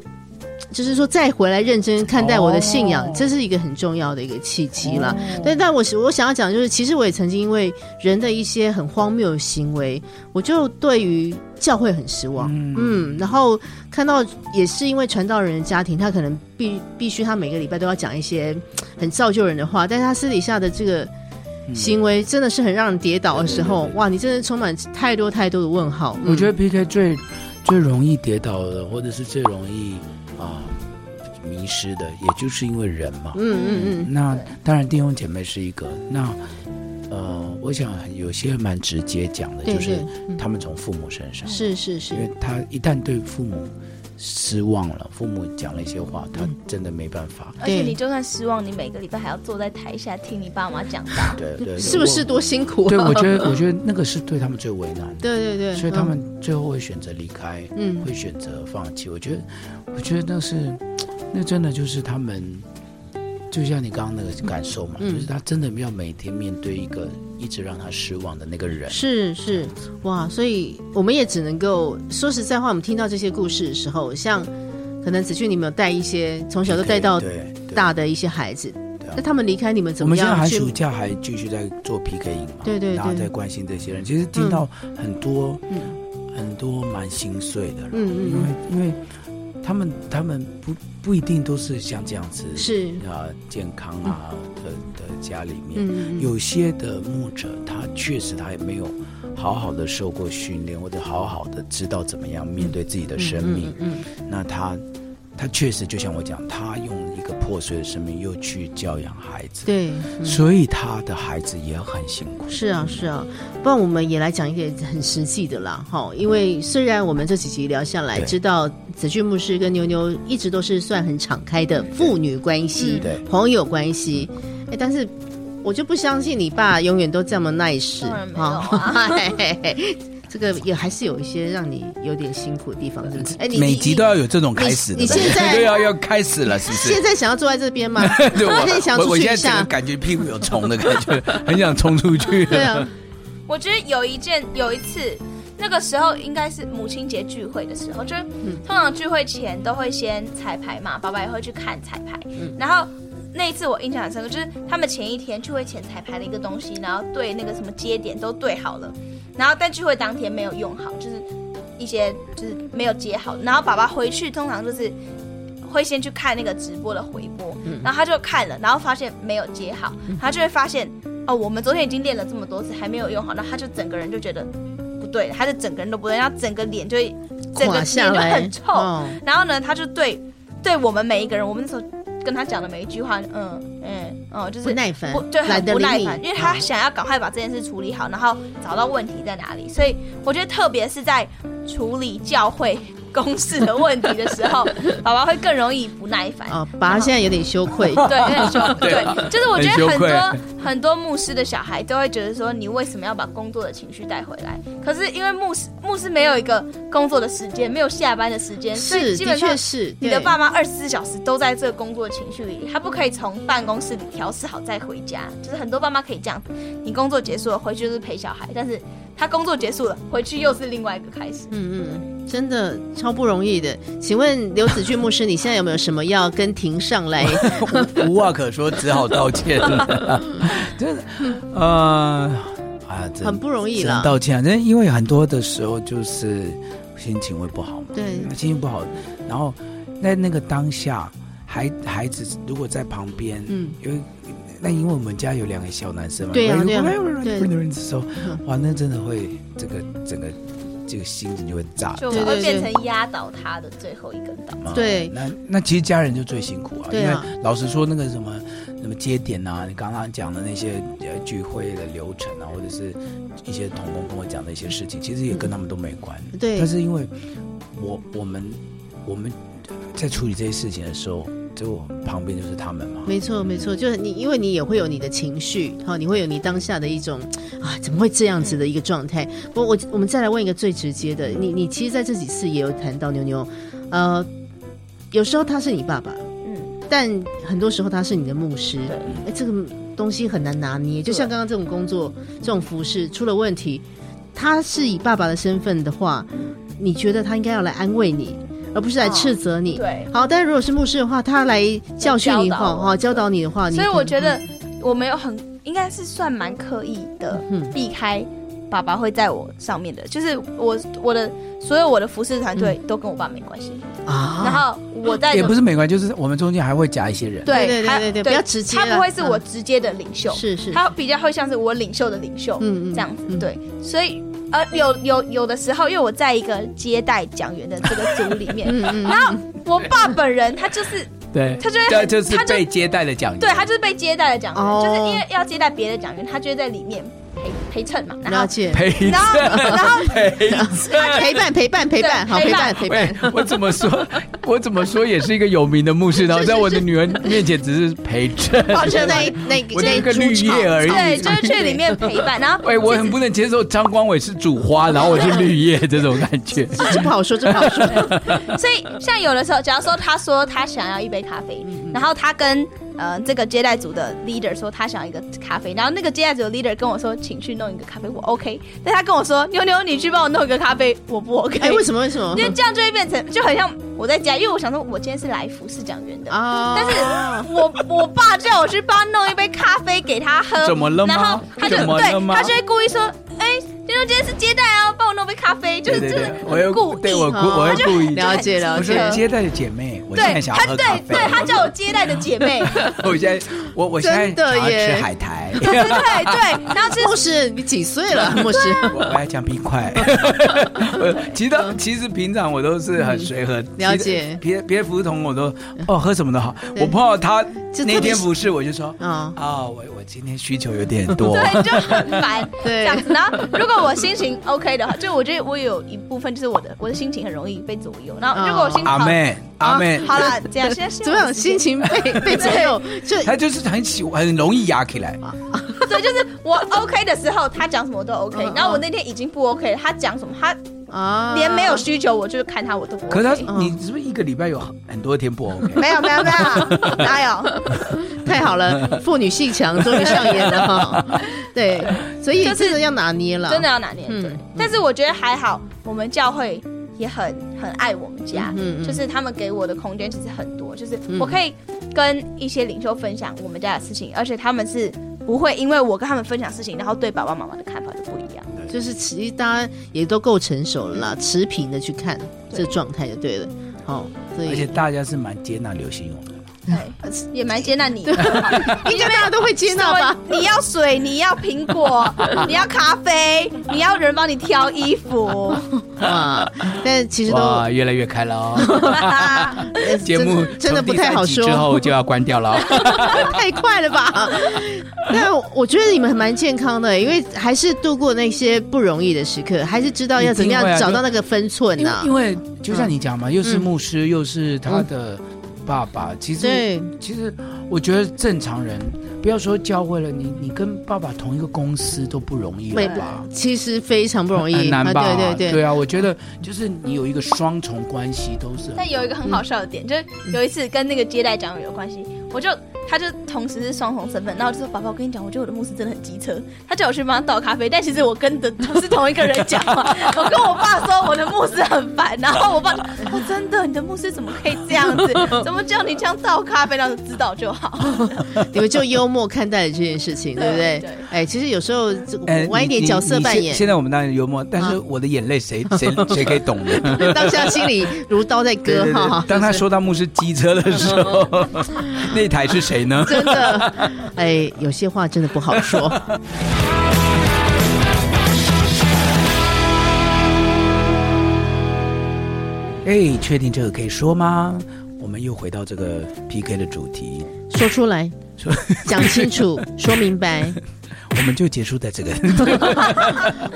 Speaker 1: 就是说再回来认真看待我的信仰，
Speaker 2: 哦
Speaker 1: 这是一个很重要的一个契机啦。但但我是我想要讲，就是其实我也曾经因为人的一些很荒谬的行为，我就对于教会很失望。嗯然后看到也是因为传道人的家庭，他可能必必须他每个礼拜都要讲一些很造就人的话，但是他私底下的这个。
Speaker 2: 嗯
Speaker 1: 行为真的是很让人跌倒的时候，哇！你真的充满太多太多的问号。
Speaker 2: 我觉
Speaker 1: 得
Speaker 2: 得 PK 最最容易跌倒的，或者是最容易啊迷失的，也就是因为人嘛。
Speaker 1: 嗯嗯嗯，
Speaker 2: 那当然，弟兄姐妹是一个。那呃，我想有些蛮直接讲的，
Speaker 1: 对
Speaker 2: 就是
Speaker 1: 对，
Speaker 2: 他们从父母身上，
Speaker 1: 是是是
Speaker 2: 因，为他一旦对父母失望了，父母讲了一些话，他
Speaker 1: 嗯
Speaker 2: 真的没办 法。
Speaker 3: 而且你就算失望，你每个礼拜还要坐在台下听你爸妈讲道理。
Speaker 2: 对对，对
Speaker 1: 是不是？多辛苦、啊？
Speaker 2: 我对，我觉得，我觉得那个是对他们最为难的，
Speaker 1: 对 对对，
Speaker 2: 所以他们最后会选择离开，
Speaker 1: 嗯
Speaker 2: 会选择放弃。我觉得，我觉得那是，那真的就是他们，就像你刚刚那个感受嘛，
Speaker 1: 嗯
Speaker 2: 就是他真的要每天面对一个一直让他失望的那个人。
Speaker 1: 是是，哇！所以我们也只能够说实在话，我们听到这些故事的时候，像可能子俊，你们有带一些从小都带到
Speaker 2: 对，对
Speaker 1: 大的一些孩子，
Speaker 2: 啊
Speaker 1: 那他们离开你们怎
Speaker 2: 我
Speaker 1: 么
Speaker 2: 们现在
Speaker 1: 样
Speaker 2: 寒
Speaker 1: 去？
Speaker 2: 暑假还继续在做 PK 营嘛，
Speaker 1: 对对对
Speaker 2: 然后在关心这些人。其实听到很多，
Speaker 1: 嗯
Speaker 2: 很多蛮心碎的啦，
Speaker 1: 嗯
Speaker 2: 因为
Speaker 1: 嗯
Speaker 2: 因为他们他们不不一定都是像这样子
Speaker 1: 嗯，是，
Speaker 2: 啊健康啊的的家里面，
Speaker 1: 嗯嗯
Speaker 2: 有些的牧者他确实他也没有好好的受过训练，或者好好的知道怎么样面对自己的生命，
Speaker 1: 嗯嗯
Speaker 2: 那他。他确实就像我讲，他用一个破碎的生命又去教养孩子，
Speaker 1: 对，
Speaker 2: 所以他的孩子也很辛苦。
Speaker 1: 是啊，是啊，不然我们也来讲一个很实际的啦，哈，因为虽然我们这几集聊下来，
Speaker 2: 对
Speaker 1: 知道子俊牧师跟牛牛一直都是算很敞开的父女关系、
Speaker 2: 对嗯
Speaker 1: 朋友关系，哎，但是我就不相信你爸永远都这么 nice
Speaker 3: 当然没有
Speaker 1: 哈
Speaker 3: 啊
Speaker 1: 嘿嘿嘿这个也还是有一些让你有点辛苦的地方，是不是？哎，你
Speaker 2: 嗯每集都要有这种开始的，
Speaker 1: 你你现在
Speaker 2: 都要啊要开始了，是不
Speaker 1: 你现
Speaker 2: 是？
Speaker 1: 在想要坐在这边吗？
Speaker 2: 对，
Speaker 1: 还是你想
Speaker 2: 我我
Speaker 1: 出
Speaker 2: 我
Speaker 1: 去
Speaker 2: 现在
Speaker 1: 一
Speaker 2: 整个
Speaker 1: 下？
Speaker 2: 感觉屁股有虫的感觉，很想冲出去。
Speaker 1: 对啊，
Speaker 3: 我觉得有一件有一次，那个时候应该是母亲节聚会的时候，就是通常聚会前都会先彩排嘛，爸爸也会去看彩排。然后那一次我印象很深刻，就是他们前一天聚会前彩排了一个东西，然后对那个什么接点都对好了，然后但聚会当天没有用好，就是一些就是没有接好，然后爸爸回去通常就是会先去看那个直播的回播，然后他就看了，然后发现没有接好，他就会发现哦，我们昨天已经练了这么多次还没有用好，那他就整个人就觉得不对，他就整个人都不对，然后整个脸就会整个
Speaker 1: 垮
Speaker 3: 脸
Speaker 1: 下
Speaker 3: 就
Speaker 1: 来哦
Speaker 3: 很臭，然后呢，他就对对我们每一个人，我们那时候跟他讲的每一句话，嗯嗯哦，就
Speaker 1: 不
Speaker 3: 是
Speaker 1: 耐烦
Speaker 3: 不，对
Speaker 1: 懒
Speaker 3: 很
Speaker 1: 得
Speaker 3: 不
Speaker 1: 理
Speaker 3: 耐
Speaker 1: 你嗯
Speaker 3: 烦，，因为他想要赶快把这件事处理好，然后找到问题在哪里。所以我觉得，特别是在处理教会公事的问题的时候，爸爸会更容易不耐烦。
Speaker 1: 啊，爸现在有点羞愧，
Speaker 3: 对，有点 羞，对，就是我觉得很
Speaker 2: 哎很羞愧
Speaker 3: 多很多牧师的小孩都会觉得说，你为什么要把工作的情绪带回来？可是因为牧师牧师没有一个工作的时间，没有下班的时间，所以
Speaker 1: 是，
Speaker 3: 基
Speaker 1: 的
Speaker 3: 本上
Speaker 1: 确是
Speaker 3: 你的
Speaker 1: 对
Speaker 3: 爸妈二十四小时都在这个工作情绪里，他不可以从办公室里调试好再回家。就是很多爸妈可以这样子，你工作结束了回去就是陪小孩，但是他工作结束了回去又是另外一个开始。
Speaker 1: 嗯嗯，真的超不容易的。请问刘子俊牧师，你现在有没有什么要跟庭上 来？
Speaker 2: 无话可说，只好道歉了。 真的，呃，啊，真
Speaker 1: 很不容易
Speaker 2: 只
Speaker 1: 啦
Speaker 2: 能道歉啊。真的因为很多的时候就是心情会不好嘛，
Speaker 1: 对
Speaker 2: 那心情不好，然后在那个当下，孩孩子如果在旁边，
Speaker 1: 嗯，
Speaker 2: 有一那因为我们家有两个小男生嘛，
Speaker 1: 对啊
Speaker 2: 如果哎
Speaker 1: 对啊对嗯
Speaker 2: 的时候，哇，那真的会这个整个这个心情就会炸
Speaker 3: 就
Speaker 2: 掉。
Speaker 1: 对
Speaker 3: 我会
Speaker 1: 对
Speaker 3: 变成压倒他的最后一根稻草。
Speaker 1: 对
Speaker 2: 那那其实家人就最辛苦啊，
Speaker 1: 对啊
Speaker 2: 因为老实说，那个什么什么接点啊，你刚刚讲的那些呃聚会的流程啊，或者是一些童工跟我讲的一些事情，其实也跟他们都没关。
Speaker 1: 对
Speaker 2: 但是因为我我们我们在处理这些事情的时候，就我们旁边就是他们嘛，
Speaker 1: 没错，没错，就是你，因为你也会有你的情绪，好、你会有你当下的一种啊，怎么会这样子的一个状态？我我我们再来问一个最直接的，你你其实在这几次也有谈到牛牛，呃，有时候他是你爸爸，
Speaker 3: 嗯，
Speaker 1: 但很多时候他是你的牧师，
Speaker 3: 对
Speaker 1: 哎，这个东西很难拿捏。就像刚刚这种工作，这种服饰出了问题，他是以爸爸的身份的话，你觉得他应该要来安慰你，而不是来
Speaker 3: 哦
Speaker 1: 斥责你。
Speaker 3: 对。
Speaker 1: 好，但是如果是牧师的话，他来教训你的
Speaker 3: 教
Speaker 1: 话，
Speaker 3: 导
Speaker 1: 哈、
Speaker 3: 我
Speaker 1: 教导你的话，你
Speaker 3: 所以
Speaker 1: 可
Speaker 3: 我
Speaker 1: 能
Speaker 3: 觉得我没有很，应该是算蛮刻意的
Speaker 1: 嗯
Speaker 3: 避开爸爸会在我上面的，就是我我的所有我的服饰团队都跟我爸没关系，然
Speaker 1: 嗯啊，
Speaker 3: 后我在
Speaker 2: 也不是没关，就是我们中间还会夹一些人。
Speaker 1: 对对
Speaker 3: 还
Speaker 1: 对对不要直接
Speaker 3: 他
Speaker 1: 了
Speaker 3: 不会是
Speaker 1: 嗯
Speaker 3: 我直接的领袖，
Speaker 1: 是是，
Speaker 3: 他比较会像是我领袖的领袖，
Speaker 1: 嗯
Speaker 3: 这样子、
Speaker 1: 嗯
Speaker 3: 对，所以呃有有有的时候，因为我在一个接待讲员的这个组里面，
Speaker 1: 嗯嗯
Speaker 3: 然后我爸本人他就是
Speaker 2: 对，
Speaker 3: 他就会
Speaker 2: 这
Speaker 3: 很
Speaker 2: 就是
Speaker 3: 他就
Speaker 2: 被接待的讲员。
Speaker 3: 对他就是被接待的讲员，
Speaker 1: 哦
Speaker 3: 就是因为要接待别的讲员，他就会在里面陪陪衬嘛，然
Speaker 1: 了
Speaker 3: 后
Speaker 1: 解，啊
Speaker 2: 陪
Speaker 3: 然后然后
Speaker 2: 陪衬。
Speaker 1: 陪伴陪伴陪伴，好陪
Speaker 3: 陪
Speaker 1: 伴
Speaker 3: 伴
Speaker 1: 陪
Speaker 2: 喂
Speaker 1: 伴，，
Speaker 2: 我怎么说？我怎么说也是一个有名 的牧师，然后在我的女儿面前只是陪衬。
Speaker 1: 抱着那一那
Speaker 2: 我
Speaker 1: 那
Speaker 2: 就
Speaker 1: 一
Speaker 2: 是个
Speaker 1: 株
Speaker 2: 绿
Speaker 1: 草
Speaker 2: 叶而已
Speaker 3: 对，就是去 里面陪伴，然后
Speaker 2: 喂，我很不能接受张光伟是主花，然后我是绿叶这种感 觉。
Speaker 1: 这不好说，这不好 说，
Speaker 3: 所以像有的时候，假如说他说他想要一杯咖啡，
Speaker 1: 嗯
Speaker 3: 然后他跟呃这个接待组的 leader 说他想要一个咖啡，然后那个接待组的 leader 跟我说请去弄一个咖啡，我 OK，但他跟我说妞妞你去帮我弄一个咖啡，我不 OK，
Speaker 1: 哎， 为什么为什么
Speaker 3: 因？为这样就会变成就很像我在家，因为我想说我今天是来服侍讲员的。
Speaker 1: 啊，
Speaker 3: 但是我我爸叫我去帮他弄一杯咖啡给他喝，
Speaker 2: 怎么了吗
Speaker 3: 然后他就
Speaker 2: 怎么
Speaker 3: 对
Speaker 2: 了吗
Speaker 3: 他就会故意说，哎、妞妞今天是接待啊，帮我弄杯咖啡，就是
Speaker 2: 对
Speaker 3: 就是
Speaker 2: 对，我又
Speaker 3: 故意
Speaker 2: 对我故
Speaker 1: 哦
Speaker 2: 我又故意。
Speaker 1: 了解了
Speaker 2: 我
Speaker 1: 解
Speaker 2: 说，接待的姐妹，我现在
Speaker 3: 对，
Speaker 2: 想
Speaker 3: 他
Speaker 2: 要喝咖
Speaker 3: 对
Speaker 2: 啡
Speaker 3: 对，。他叫我接待的姐 妹，
Speaker 2: 我现在我我现在
Speaker 1: 真的
Speaker 2: 想
Speaker 1: 耶
Speaker 2: 要吃海苔，
Speaker 3: 对对对，然后就是
Speaker 1: 牧师你几岁 了？牧师，
Speaker 2: 我我要讲冰块。 我其他其实平常我都是很随和，
Speaker 1: 嗯了解嗯
Speaker 2: 其他别别的服侍同工我都哦喝什么都好。
Speaker 1: 对
Speaker 2: 我碰到他
Speaker 1: 就特别
Speaker 2: 那天服侍，我就说
Speaker 1: 啊，
Speaker 2: 啊，我我今天需求有点 多。
Speaker 3: 对，就很烦
Speaker 1: 对
Speaker 3: 这样子。然后如果我心情 OK 的话，就我觉得我有一部分就是我的我的心情很容易被左右。然后如果我心情
Speaker 2: 阿
Speaker 3: 好，
Speaker 2: 啊妹
Speaker 1: 啊
Speaker 2: 阿妹，
Speaker 3: 好了，这样现在
Speaker 1: 怎么样？心？情被被左右， 就
Speaker 2: 他就是很喜很容易压起来。
Speaker 1: 啊
Speaker 3: 现在有时间对，就是我 OK 的时候，他讲什么我都 OK
Speaker 1: 嗯嗯。
Speaker 3: 然后我那天已经不 OK 了，他讲什么，他
Speaker 1: 啊，
Speaker 3: 连没有需求，我就是看他我都不
Speaker 2: 可是
Speaker 3: OK。
Speaker 2: 他
Speaker 1: 嗯
Speaker 2: 你是不是一个礼拜有很多天不 OK？
Speaker 3: 没有没有没 有，哪有？
Speaker 1: 太好 了，妇女性强终于上演了哈。对，所以
Speaker 3: 就是
Speaker 1: 这个要拿捏了，
Speaker 3: 真的要拿捏。
Speaker 1: 嗯
Speaker 3: 对
Speaker 1: 嗯，
Speaker 3: 但是我觉得还好，我们教会也很很爱我们家，
Speaker 1: 嗯嗯嗯
Speaker 3: 就是他们给我的空间其实很多，就是我可以跟一些领袖分享我们家的事情，而且他们是不会因为我跟他们分享事情，然后对爸爸妈妈的看法就不一样。
Speaker 1: 就是其实大家也都够成熟了啦，持平的去看这状态就对了。好，所
Speaker 2: 而且
Speaker 1: 以
Speaker 2: 大家是蛮接纳流行用的。
Speaker 1: 嗯
Speaker 3: 对，也蛮接纳 你。
Speaker 1: 应该大家都会接纳 吧？
Speaker 3: 你要水，你要苹 果，你要咖啡，你要人帮你挑衣服。
Speaker 1: 啊，但其实都
Speaker 2: 哇，越来越开了 哦！
Speaker 1: 呃
Speaker 2: 节目
Speaker 1: 真真的
Speaker 2: 从
Speaker 1: 不
Speaker 2: 第
Speaker 1: 太
Speaker 2: 三
Speaker 1: 好
Speaker 2: 集
Speaker 1: 说，
Speaker 2: 之后就要关掉了哦。
Speaker 1: 太快了吧？但我觉得你们还蛮健康的，因为还是度过那些不容易的时刻，还是知道要怎么样
Speaker 2: 一定会啊
Speaker 1: 找到那个分寸
Speaker 2: 因为
Speaker 1: 呐、啊嗯
Speaker 2: 因。为就像你讲嘛，又是牧师，又是他的爸爸，其实
Speaker 1: 对，
Speaker 2: 其实我觉得正常人，不要说教会了你，你跟爸爸同一个公司都不容易
Speaker 1: 没
Speaker 2: 了吧？
Speaker 1: 其实非常不容易，
Speaker 2: 很难吧？
Speaker 1: 啊、对对对，
Speaker 2: 啊，我觉得就是你有一个双重关系都是很。
Speaker 3: 但有一个很好笑的点，就是
Speaker 1: 嗯
Speaker 3: 有一次跟那个接待长有关系，我就他就同时是双重身份，然后我就说：“爸爸，我跟你讲，我觉得我的牧师真的很机车。”他叫我去帮他倒咖啡，但其实我跟的不是同一个人 讲话。我跟我爸说我的牧师很烦，然后我爸说：“哦，真的，你的牧师怎么可以 这样子？怎么叫你这样倒咖啡？”然后就知道就好。
Speaker 1: 你们就幽默看待了这件事情，对不对？
Speaker 3: 对对
Speaker 1: 哎，其实有时候这个
Speaker 2: 哎
Speaker 1: 玩一点
Speaker 2: 你
Speaker 1: 角色
Speaker 2: 你
Speaker 1: 扮
Speaker 2: 现
Speaker 1: 演，
Speaker 2: 现在我们当然幽默，但是
Speaker 1: 啊
Speaker 2: 我的眼 泪谁谁谁可以懂呢？
Speaker 1: 当下心里如刀在
Speaker 2: 对
Speaker 1: 割
Speaker 2: 对
Speaker 1: 哈
Speaker 2: 对，。当他说到牧师机车的时候，那台是谁呢？
Speaker 1: 真的，哎，有些话真的不好说。
Speaker 2: 哎，确定这个可以说吗？我们又回到这个 PK 的主题，
Speaker 1: 说出来，讲清楚，说明白。
Speaker 2: 我们就结束在这个。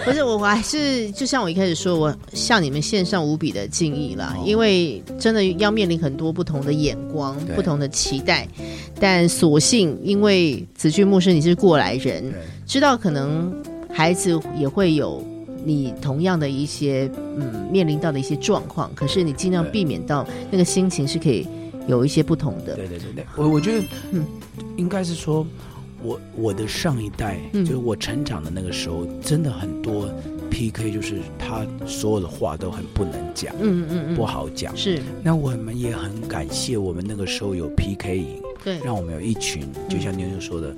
Speaker 1: 不是，我我还是就像我一开始说，我向你们献上无比的敬意啦，
Speaker 2: 哦
Speaker 1: 因为真的要面临很多不同的眼光、
Speaker 2: 对
Speaker 1: 不同的期待，但所幸因为子俊牧师你是过来人，知道可能孩子也会有你同样的一些嗯面临到的一些状况，可是你尽量
Speaker 2: 对
Speaker 1: 避免到那个心情是可以有一些不同的。
Speaker 2: 对对对对，我我觉得，
Speaker 1: 嗯
Speaker 2: 嗯，应该是说，我我的上一代，
Speaker 1: 嗯
Speaker 2: 就是我成长的那个时候，真的很多 PK，就是他所有的话都很不能讲，
Speaker 1: 嗯嗯嗯，
Speaker 2: 不好讲。
Speaker 1: 是
Speaker 2: 那我们也很感谢我们那个时候有 PK 赢，
Speaker 1: 对，
Speaker 2: 让我们有一群，
Speaker 1: 嗯
Speaker 2: 就像妞妞说的、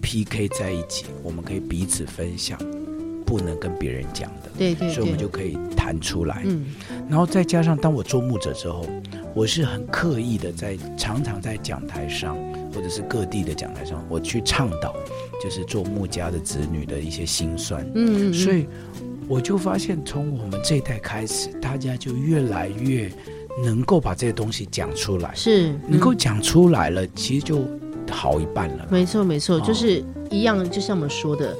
Speaker 2: p k 在一起，我们可以彼此分享，不能跟别人讲的，
Speaker 1: 对对
Speaker 2: 所以我们就
Speaker 1: 对，
Speaker 2: 可以谈出来。
Speaker 1: 嗯
Speaker 2: 然后再加上当我做牧者之后，我是很刻意的在常常在讲台上或者是各地的讲台上，我去倡导就是做牧家的子女的一些辛酸。
Speaker 1: 嗯嗯，
Speaker 2: 所以我就发现，从我们这一代开始，大家就越来越能够把这些东西讲出来，
Speaker 1: 是
Speaker 2: 能够
Speaker 1: 嗯
Speaker 2: 讲出来了，其实就好一半了。
Speaker 1: 没错，没错，
Speaker 2: 哦
Speaker 1: 就是一样，就像我们说的，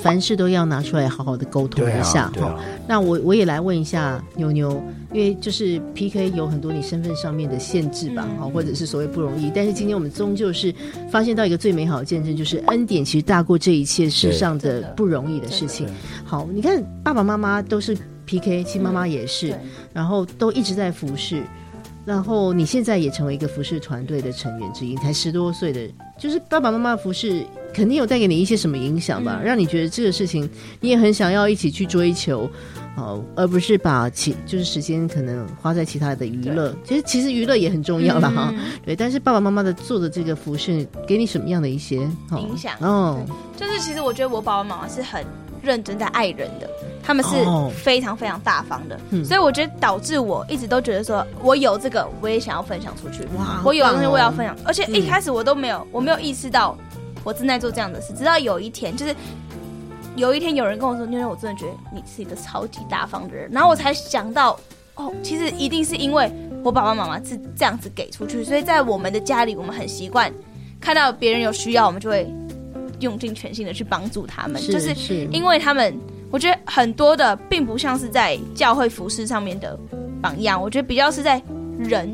Speaker 1: 凡事都要拿出来好好的沟通
Speaker 2: 对
Speaker 1: 一下
Speaker 2: 啊，对啊，
Speaker 1: 那我我也来问一下妞妞，因为就是 PK 有很多你身份上面的限制吧，
Speaker 3: 嗯
Speaker 1: 好、或者是所谓不容易，但是今天我们终究是发现到一个最美好的见证，就是恩典其实大过这一切世上
Speaker 3: 真
Speaker 1: 的
Speaker 3: 的
Speaker 1: 不容易的事情
Speaker 2: 真的。
Speaker 1: 好，你看爸爸妈妈都是 PK，亲妈妈也是，
Speaker 3: 对
Speaker 1: 然后都一直在服侍，然后你现在也成为一个服侍团队的成员之一，你才十多岁的，就是爸爸妈妈的服侍肯定有带给你一些什么影响吧，
Speaker 3: 嗯
Speaker 1: 让你觉得这个事情你也很想要一起去追求，哦、而不是把其就是时间可能花在其他的娱乐，其实其实娱乐也很重要了
Speaker 3: 嗯
Speaker 1: 哈、对，但是爸爸妈妈的做的这个服侍给你什么样的一些、哦
Speaker 3: 影响
Speaker 1: 哦，
Speaker 3: 就是其实我觉得我爸爸妈妈是很认真在爱人的，他们是
Speaker 1: 哦
Speaker 3: 非常非常大方的，
Speaker 1: 嗯
Speaker 3: 所以我觉得导致我一直都觉得说，我有这个我也想要分享出去，
Speaker 1: 哇
Speaker 3: 我有
Speaker 1: 好
Speaker 3: 的
Speaker 1: 棒
Speaker 3: 东西
Speaker 1: 哦
Speaker 3: 我也要分享，而且一开始我都没有，我没有意识到我正在做这样的事，直到有一天就是。有一天有人跟我说：“妞妞，我真的觉得你是一个超级大方的人。”然后我才想到，哦，其实一定是因为我爸爸妈妈是这样子给出去，所以在我们的家里，我们很习惯看到别人有需要，我们就会用尽全心的去帮助他们，
Speaker 1: 是
Speaker 3: 就是
Speaker 1: 是
Speaker 3: 因为他们，我觉得很多的并不像是在教会服饰上面的榜样，我觉得比较是在人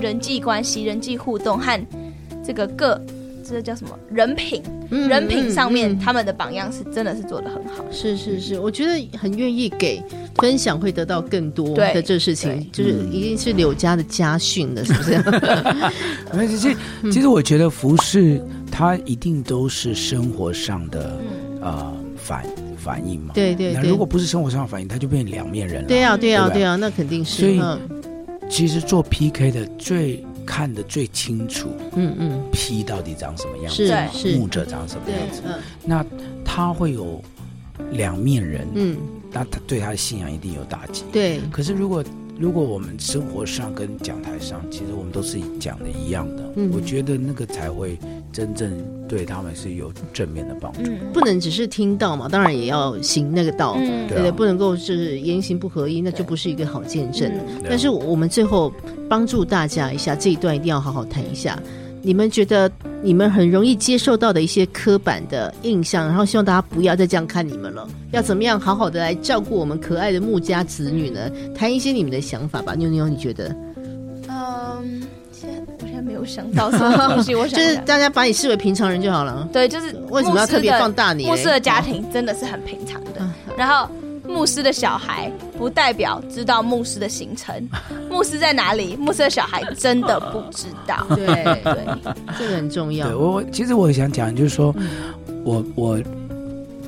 Speaker 3: 人际关系、人际互动和这个个这个叫什么人品、
Speaker 1: 嗯
Speaker 3: 人品上
Speaker 1: 嗯
Speaker 3: 面，
Speaker 1: 嗯
Speaker 3: 他们的榜样是真的是做的很好。
Speaker 1: 是是是，我觉得很愿意给分享，会得到更多
Speaker 3: 对
Speaker 1: 的这事情，就是已经是柳家的家训了，是不 是？
Speaker 2: 那其实其实我觉得服饰它一定都是生活上的
Speaker 3: 嗯，
Speaker 2: 呃反反应嘛。
Speaker 1: 对对
Speaker 2: 那
Speaker 1: 对，
Speaker 2: 如果不是生活上的反应，它就变两面人了。
Speaker 1: 对呀、对呀、啊
Speaker 2: 对吧
Speaker 1: 对呀、那肯定是
Speaker 2: 所，以
Speaker 1: 嗯
Speaker 2: 其实做 PK 的最看得最清楚
Speaker 1: 嗯嗯，
Speaker 2: P 到底长什么样
Speaker 1: 是
Speaker 2: 子，
Speaker 3: 对
Speaker 1: 是，
Speaker 2: 牧者长什么
Speaker 1: 对
Speaker 2: 样子，，
Speaker 1: 嗯
Speaker 2: 那他会有两面人，
Speaker 1: 嗯，
Speaker 2: 那他对他的信仰一定有打击。
Speaker 1: 对，
Speaker 2: 可是如果如果我们生活上跟讲台上，其实我们都是讲的一样的，
Speaker 1: 嗯
Speaker 2: 我觉得那个才会真正对他们是有正面的帮助。
Speaker 3: 嗯
Speaker 1: 不能只是听到嘛，当然也要行那个道，
Speaker 3: 嗯
Speaker 1: 对
Speaker 2: 对
Speaker 1: 对，
Speaker 2: 啊
Speaker 1: 不能够是言行不合一，那就
Speaker 3: 对
Speaker 1: 不是一个好见证。
Speaker 3: 嗯
Speaker 2: 对啊
Speaker 1: 但是我们最后帮助大家一下，这一段一定要好好谈一下。你们觉得你们很容易接受到的一些刻板的印象，然后希望大家不要再这样看你们了。要怎么样好好的来照顾我们可爱的穆家子女呢？谈一些你们的想法吧，妞妞，你觉得？
Speaker 3: 嗯，现在我现在没有想到什么东西，我
Speaker 1: 就
Speaker 3: 想
Speaker 1: 是
Speaker 3: 想
Speaker 1: 大家把你视为平常人就好了。
Speaker 3: 对，就是
Speaker 1: 为什么要特别
Speaker 3: 牧师的
Speaker 1: 放大你嘞？
Speaker 3: 牧师的家庭真的是很平常的，
Speaker 1: 嗯
Speaker 3: 然后牧师的小孩不代表知道牧师的 行程，牧师在哪里，牧师的小孩真的不知道。
Speaker 1: 对
Speaker 3: 对，
Speaker 1: 这个很重要嗯
Speaker 2: 对。我，其实我想讲就是说，我我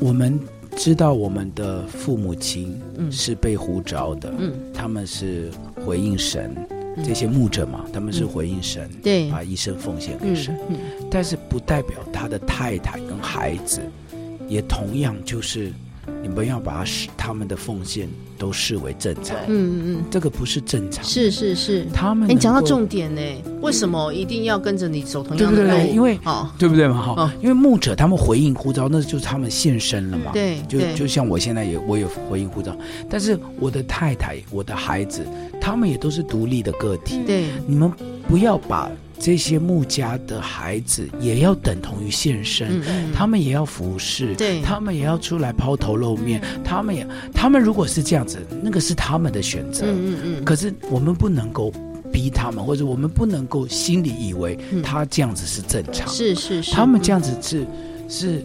Speaker 2: 我们知道我们的父母亲
Speaker 1: 嗯
Speaker 2: 是被呼召的，
Speaker 1: 嗯，
Speaker 2: 他们是回应神，这些牧者嘛，他们是回应神，
Speaker 1: 嗯对，
Speaker 2: 把一生奉献给
Speaker 1: 嗯
Speaker 2: 神，
Speaker 1: 嗯
Speaker 2: 但是不代表他的太太跟孩子也同样就是你们要把他视他们的奉献都视为正
Speaker 3: 对
Speaker 2: 常，
Speaker 1: 嗯嗯，
Speaker 2: 这个不是正常，
Speaker 1: 是是是。
Speaker 2: 他们
Speaker 1: 哎，你讲到
Speaker 2: 能够
Speaker 1: 重点呢，为什么一定要跟着你走同样的
Speaker 2: 对
Speaker 1: 路？
Speaker 2: 对对因为
Speaker 1: 哦，
Speaker 2: 对不对嘛？哈、
Speaker 1: 哦
Speaker 2: 因为牧者他们回应呼召，那就是他们现身了嘛。
Speaker 1: 嗯对
Speaker 2: 就
Speaker 1: 对
Speaker 2: 就像我现在也我也回应呼召，但是我的太太、我的孩子，他们也都是独立的个体。
Speaker 3: 嗯
Speaker 1: 对，
Speaker 2: 你们不要把这些牧家的孩子也要等同于现身。
Speaker 1: 嗯嗯，
Speaker 2: 他们也要服侍，
Speaker 1: 对
Speaker 2: 他们也要出来抛头露面，他们也，他们如果是这样子，那个是他们的选择，
Speaker 1: 嗯嗯嗯，
Speaker 2: 可是我们不能够逼他们，或者我们不能够心里以为
Speaker 1: 嗯
Speaker 2: 他这样子是正常，
Speaker 1: 是是是，
Speaker 2: 他们这样子是是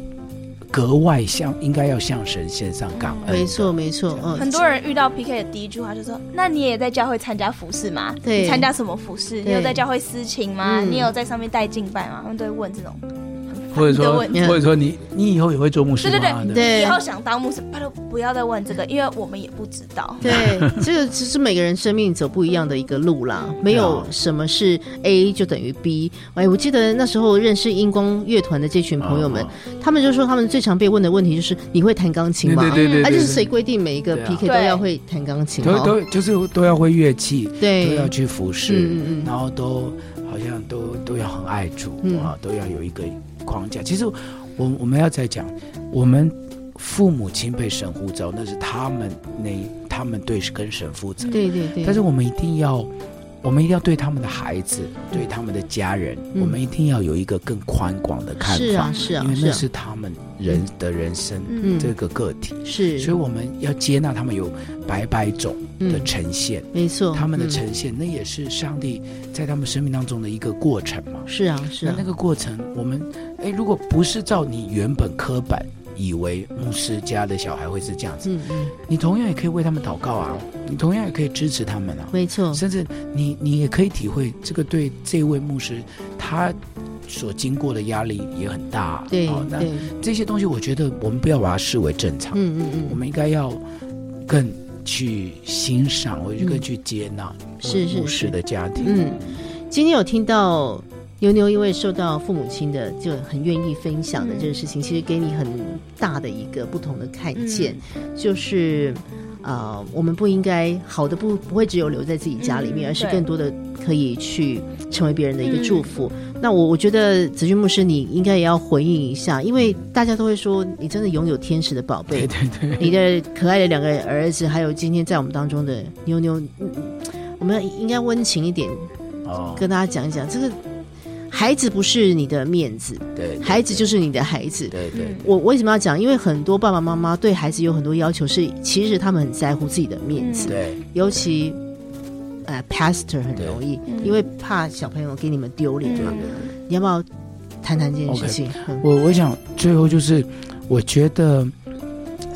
Speaker 2: 格外向，应该要向神献上感恩。
Speaker 1: 没错没错，嗯，
Speaker 3: 很多人遇到 PK 的第一句话就说：“那你也在教会参加服饰吗？
Speaker 1: 对
Speaker 3: 你参加什么服饰？你有
Speaker 1: 对
Speaker 3: 在教会私情吗？
Speaker 1: 嗯
Speaker 3: 你有在上面带敬拜吗？”他们都会问这种。
Speaker 2: 或者
Speaker 3: 你的
Speaker 2: 说
Speaker 3: 问题
Speaker 2: 或者说你你以后也会做牧师
Speaker 3: 对
Speaker 2: 吗？
Speaker 3: 对对，
Speaker 2: 对
Speaker 1: 嗯对
Speaker 3: 你以后想当牧师，拜托不要再问这个，因为我们也不知道。
Speaker 1: 对， 这个只是每个人生命走不一样的一个路啦，没有
Speaker 2: 啊
Speaker 1: 什么是 A 就等于 B。哎，我记得那时候认识荧光乐团的这群
Speaker 2: 啊
Speaker 1: 朋友们，他们就说他们最常被问的问题就是你会弹钢琴吗？
Speaker 2: 对对对对，
Speaker 1: 啊，
Speaker 2: 对
Speaker 1: 就是谁规定每一个
Speaker 2: 对啊
Speaker 1: PK 都
Speaker 3: 对
Speaker 1: 要会弹钢琴
Speaker 2: 都
Speaker 1: 哦？
Speaker 2: 都就是都要会乐器，都
Speaker 1: 对
Speaker 2: 要，去
Speaker 1: 嗯
Speaker 2: 服
Speaker 1: 嗯
Speaker 2: 侍
Speaker 1: 嗯，
Speaker 2: 然后都好像都都要很爱主
Speaker 1: 嗯
Speaker 2: 啊，都要有一个框架。其实我我们要再讲，我们父母亲被神呼召，那是他们那他们对跟神负责，
Speaker 1: 对对嗯对，
Speaker 2: 但是我们一定要，我们一定要对他们的孩子，对他们的家人，
Speaker 1: 嗯
Speaker 2: 我们一定要有一个更宽广的看法，
Speaker 1: 是啊是
Speaker 2: 因
Speaker 1: 啊
Speaker 2: 为
Speaker 1: 是
Speaker 2: 那
Speaker 1: 啊，
Speaker 2: 是他们人的人生、
Speaker 1: 嗯
Speaker 3: 嗯，
Speaker 2: 这个个体，所以
Speaker 1: 是，
Speaker 2: 我们要接纳他们有百百种的
Speaker 1: 嗯，
Speaker 2: 呈现，
Speaker 1: 没错，
Speaker 2: 他们的
Speaker 1: 嗯
Speaker 2: 呈现、那也是上帝在他们生命当中的一个过程嘛。
Speaker 1: 是啊是
Speaker 2: 那
Speaker 1: 啊
Speaker 2: 那，个过程，我们哎，如果不是照你原本刻板以为牧师家的小孩会是这样子，
Speaker 1: 嗯嗯，
Speaker 2: 你同样也可以为他们祷告啊，你同样也可以支持他们啊。
Speaker 1: 没错，
Speaker 2: 甚至你你也可以体会这个对这位牧师他所经过的压力也很大。
Speaker 1: 对
Speaker 2: 哦，那
Speaker 1: 对，
Speaker 2: 这些东西我觉得我们不要把它视为正常，
Speaker 1: 嗯嗯嗯
Speaker 2: 我。们应该要更去欣赏，或者
Speaker 1: 嗯
Speaker 2: 更去接纳
Speaker 1: 是是
Speaker 2: 牧师
Speaker 1: 是
Speaker 2: 的家庭。
Speaker 1: 嗯，今天有听到妞妞因为受到父母亲的就很愿意分享的这个事情，其实给你很大的一个不同的看见，就是。呃，我们不应该好的不不会只有留在自己家里面，
Speaker 3: 嗯
Speaker 1: 而是
Speaker 3: 对
Speaker 1: 更多的可以去成为别人的一个祝福。那我我觉得子君牧师，你应该也要回应一下，因为大家都会说你真的拥有天使的宝贝，
Speaker 2: 对对对，
Speaker 1: 你的可爱的两个儿子，还有今天在我们当中的妞妞，嗯我们应该温情一点，
Speaker 2: 哦，
Speaker 1: 跟大家讲一讲，这个孩子不是你的面子，
Speaker 2: 对，对
Speaker 1: 孩子就是你的孩子。
Speaker 2: 对对
Speaker 3: 嗯
Speaker 1: 我为什么要讲？因为很多爸爸妈妈对孩子有很多要求是，其实他们很在乎自己的面子，
Speaker 3: 嗯
Speaker 2: 对
Speaker 1: 尤其呃，pastor 很容易，
Speaker 3: 嗯
Speaker 1: 因为怕小朋友给你们丢脸嘛。
Speaker 3: 嗯
Speaker 1: 你要不要谈谈这件事
Speaker 2: OK
Speaker 1: 情？嗯
Speaker 2: 我我想最后就是，我觉得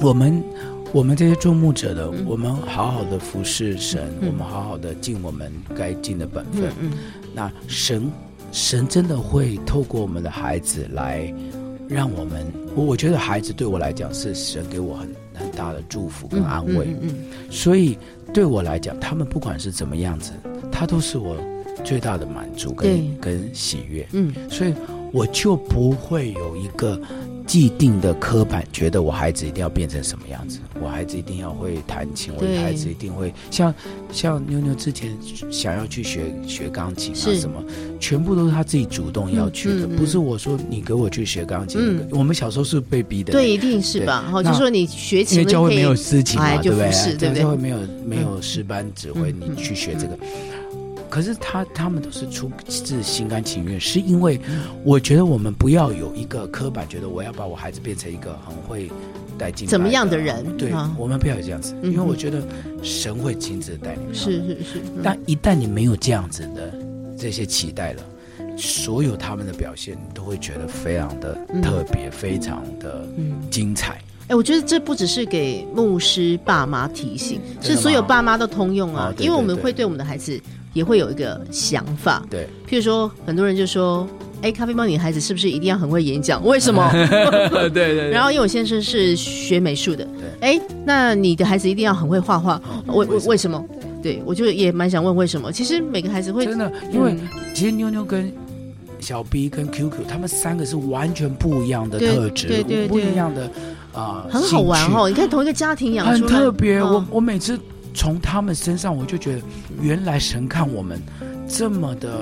Speaker 2: 我们我们这些做牧者的，
Speaker 1: 嗯
Speaker 2: 我们好好的服侍神，
Speaker 1: 嗯
Speaker 2: 我们好好的尽我们该尽的本分。
Speaker 1: 嗯嗯，
Speaker 2: 那神神真的会透过我们的孩子来让我们，我我觉得孩子对我来讲是神给我很很大的祝福跟
Speaker 1: 嗯
Speaker 2: 安慰，
Speaker 1: 嗯嗯
Speaker 2: 所以对我来讲，他们不管是怎么样子，他都是我最大的满足跟跟喜悦。
Speaker 1: 嗯嗯
Speaker 2: 所以我就不会有一个既定的刻板，觉得我孩子一定要变成什么样子，我孩子一定要会弹琴，我
Speaker 1: 对
Speaker 2: 孩子一定会像像妞妞之前想要去学学钢琴啊
Speaker 1: 是
Speaker 2: 什么，全部都是她自己主动要去的，
Speaker 1: 嗯嗯嗯
Speaker 2: 不是我说你给我去学钢琴。
Speaker 1: 嗯
Speaker 2: 我们小时候是被逼的，
Speaker 1: 对，一定是吧？然后就
Speaker 2: 那
Speaker 1: 说你学
Speaker 2: 因
Speaker 1: 琴
Speaker 2: 为
Speaker 1: 了
Speaker 2: 教会
Speaker 1: 可以
Speaker 2: 没有私情
Speaker 1: 哎
Speaker 2: 嘛，
Speaker 1: 就
Speaker 2: 对不
Speaker 1: 服侍
Speaker 2: 对？
Speaker 1: 对不对
Speaker 2: 教会没有没有师班指挥
Speaker 1: 嗯嗯
Speaker 2: 你去学这个。可是他他们都是出自心甘情愿，是因为我觉得我们不要有一个刻板，觉得我要把我孩子变成一个很会带进
Speaker 1: 怎么样的人
Speaker 2: 对
Speaker 1: 啊，
Speaker 2: 我们不要有这样子，
Speaker 1: 嗯
Speaker 2: 因为我觉得神会亲自带你们。
Speaker 1: 是是是，嗯
Speaker 2: 但一旦你没有这样子的这些期待了，所有他们的表现，你都会觉得非常的
Speaker 1: 嗯
Speaker 2: 特别，非常的精彩。
Speaker 1: 哎，我觉得这不只是给牧师爸妈提醒，
Speaker 2: 嗯真的
Speaker 1: 是
Speaker 2: 吗
Speaker 1: 所有爸妈都通用啊
Speaker 2: 哦，对
Speaker 1: 因为我
Speaker 2: 对
Speaker 1: 们
Speaker 2: 对
Speaker 1: 会对我们的孩子也会有一个想法，
Speaker 2: 对，
Speaker 1: 譬如说很多人就说。哎，咖啡猫，你的孩子是不是一定要很会演讲？为什 么？
Speaker 5: 对对对
Speaker 1: 然后因为我先生是学美术的，
Speaker 2: 对嗯
Speaker 1: 哎，那你的孩子一定要很会画画，为为为
Speaker 2: 为
Speaker 1: 什么？对，我就也蛮想问为什么。其实每个孩子会
Speaker 2: 真的，因为
Speaker 1: 嗯
Speaker 2: 其实妞妞跟小 B 跟 QQ 他们三个是完全不一样的
Speaker 1: 对
Speaker 2: 特质，
Speaker 1: 对对
Speaker 2: 不
Speaker 1: 对
Speaker 2: 一样的啊，
Speaker 1: 很好玩
Speaker 2: 兴趣
Speaker 1: 哦。你看同一个家庭养出
Speaker 2: 很
Speaker 1: 来，
Speaker 2: 特别。
Speaker 1: 嗯
Speaker 2: 我我每次从他们身上，我就觉得原来神看我们这么的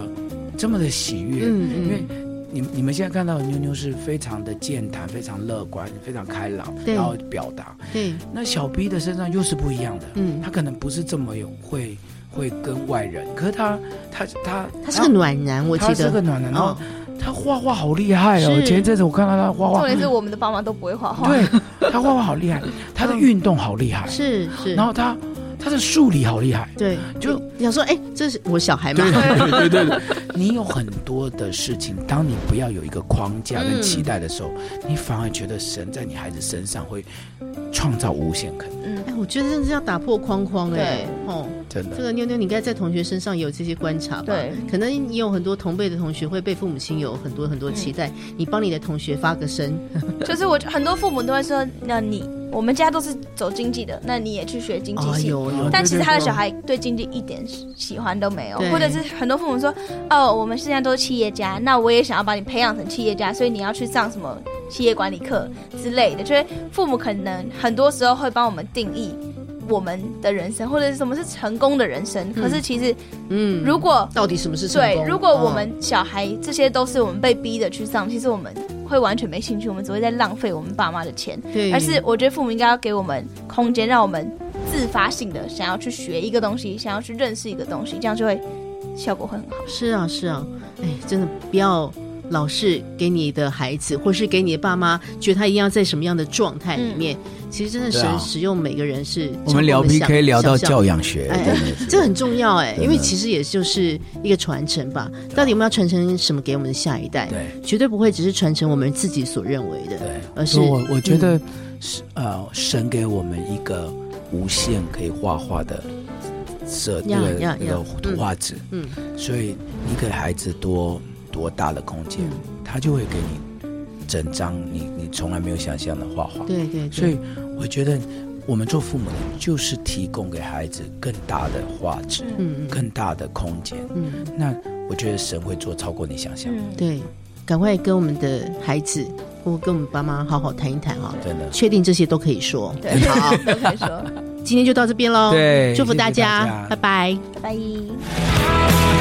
Speaker 2: 这么的喜悦，
Speaker 1: 嗯
Speaker 2: 因为
Speaker 1: 嗯，
Speaker 2: 你你们现在看到的妞妞是非常的健谈、非常乐观、非常开朗，
Speaker 1: 对
Speaker 2: 然后表达。
Speaker 1: 对，
Speaker 2: 那小 B 的身上又是不一样的，
Speaker 1: 嗯
Speaker 2: 他可能不是这么有会会跟外人，可是他他他
Speaker 1: 他是个暖男，我记
Speaker 2: 他是
Speaker 1: 得
Speaker 2: 个。暖男，然后
Speaker 1: 哦
Speaker 2: 他画画好厉害哦！
Speaker 1: 是
Speaker 2: 前一阵子我看到他画
Speaker 3: 重
Speaker 2: 画，
Speaker 3: 点是我们的爸妈都不会画画，
Speaker 2: 对他画画好 厉害，他的运动好厉害，
Speaker 1: 是是，
Speaker 2: 然后他他的数理好厉害，
Speaker 1: 对，
Speaker 2: 就
Speaker 1: 想说，哎，这是我小孩嘛？
Speaker 2: 对对对，你有很多的事情，当你不要有一个框架
Speaker 1: 嗯
Speaker 2: 跟期待的时候，你反而觉得神在你孩子身上会创造无限可
Speaker 3: 嗯
Speaker 2: 能，
Speaker 1: 哎，我觉得真的是要打破框框哎
Speaker 3: 对。
Speaker 1: 哦，
Speaker 2: 真
Speaker 1: 这
Speaker 2: 的。
Speaker 1: 个妞妞，你应该在同学身上也有这些观察吧？
Speaker 3: 对，
Speaker 1: 可能你有很多同辈的同学会被父母亲有很多很多期
Speaker 3: 嗯
Speaker 1: 待，你帮你的同学发个声，
Speaker 3: 就是我很多父母都会说，那你我们家都是走经济的，那你也去学经济
Speaker 1: 啊
Speaker 3: 系。
Speaker 1: 有有，
Speaker 3: 但其实他的小
Speaker 1: 孩。
Speaker 3: 孩对经济一点喜欢都没有，
Speaker 1: 对
Speaker 3: 或者是很多父母说，哦，我们现在都是企业家，那我也想要把你培养成企业家，所以你要去上什么企业管理课之类的。就是父母可能很多时候会帮我们定义我们的人生，或者是什么是成功的人生。可是其实
Speaker 1: 嗯
Speaker 3: 如果、
Speaker 1: 到底什么是成
Speaker 3: 对
Speaker 1: 功，
Speaker 3: 如果我
Speaker 1: 嗯
Speaker 3: 们小孩这些都是我们被逼的去上，其实我们会完全没兴趣，我们只会在浪费我们爸妈的钱。
Speaker 1: 哦对，
Speaker 3: 而是我觉得父母应该要给我们空间，让我们自发性的想要去学一个东西，想要去认识一个东西，这样就会效果会很好。
Speaker 1: 是啊是啊，哎，真的不要老是给你的孩子或是给你的爸妈，觉得他一定要在什么样的状态里面。
Speaker 3: 嗯
Speaker 1: 其实真的
Speaker 5: 对啊
Speaker 1: 神使用每个人是
Speaker 5: 我们聊
Speaker 1: 超过
Speaker 5: PK
Speaker 1: 想
Speaker 5: 聊到
Speaker 1: 想象
Speaker 5: 教养学，
Speaker 1: 哎
Speaker 5: 真的是
Speaker 1: 这很重要哎、
Speaker 5: 真的
Speaker 1: 因为其实也就是一个传承吧。到底我们要传承什么给我们的下一代？
Speaker 5: 对，
Speaker 1: 绝对不会只是传承我们自己所认为的，
Speaker 5: 对。
Speaker 1: 而是嗯
Speaker 2: 所以我我觉得是、呃，神给我们一个无限可以画画的设那
Speaker 1: 呀
Speaker 2: 个
Speaker 1: 呀
Speaker 2: 那
Speaker 1: 呀
Speaker 2: 个图画纸，
Speaker 1: 嗯
Speaker 2: 所以你给孩子多多大的空
Speaker 1: 嗯
Speaker 2: 间，他就会给你整张你你从来没有想象的画画。
Speaker 1: 嗯对对对，
Speaker 2: 所以我觉得我们做父母的就是提供给孩子更大的画质，
Speaker 1: 嗯嗯
Speaker 2: 更大的空间。
Speaker 1: 嗯，
Speaker 2: 那我觉得神会做超过你想象，
Speaker 3: 嗯，
Speaker 1: 对，赶快跟我们的孩子或跟我们爸妈好好谈一谈啊，
Speaker 2: 真的。
Speaker 1: 确定这些都可以说。
Speaker 3: 对，好， 都可以说，
Speaker 1: 今天就到这边喽，
Speaker 5: 对
Speaker 1: 祝福大
Speaker 5: 谢谢
Speaker 1: 家，
Speaker 5: 大家
Speaker 1: 拜拜。
Speaker 3: 拜
Speaker 6: 「あ
Speaker 3: 拜。
Speaker 6: なたの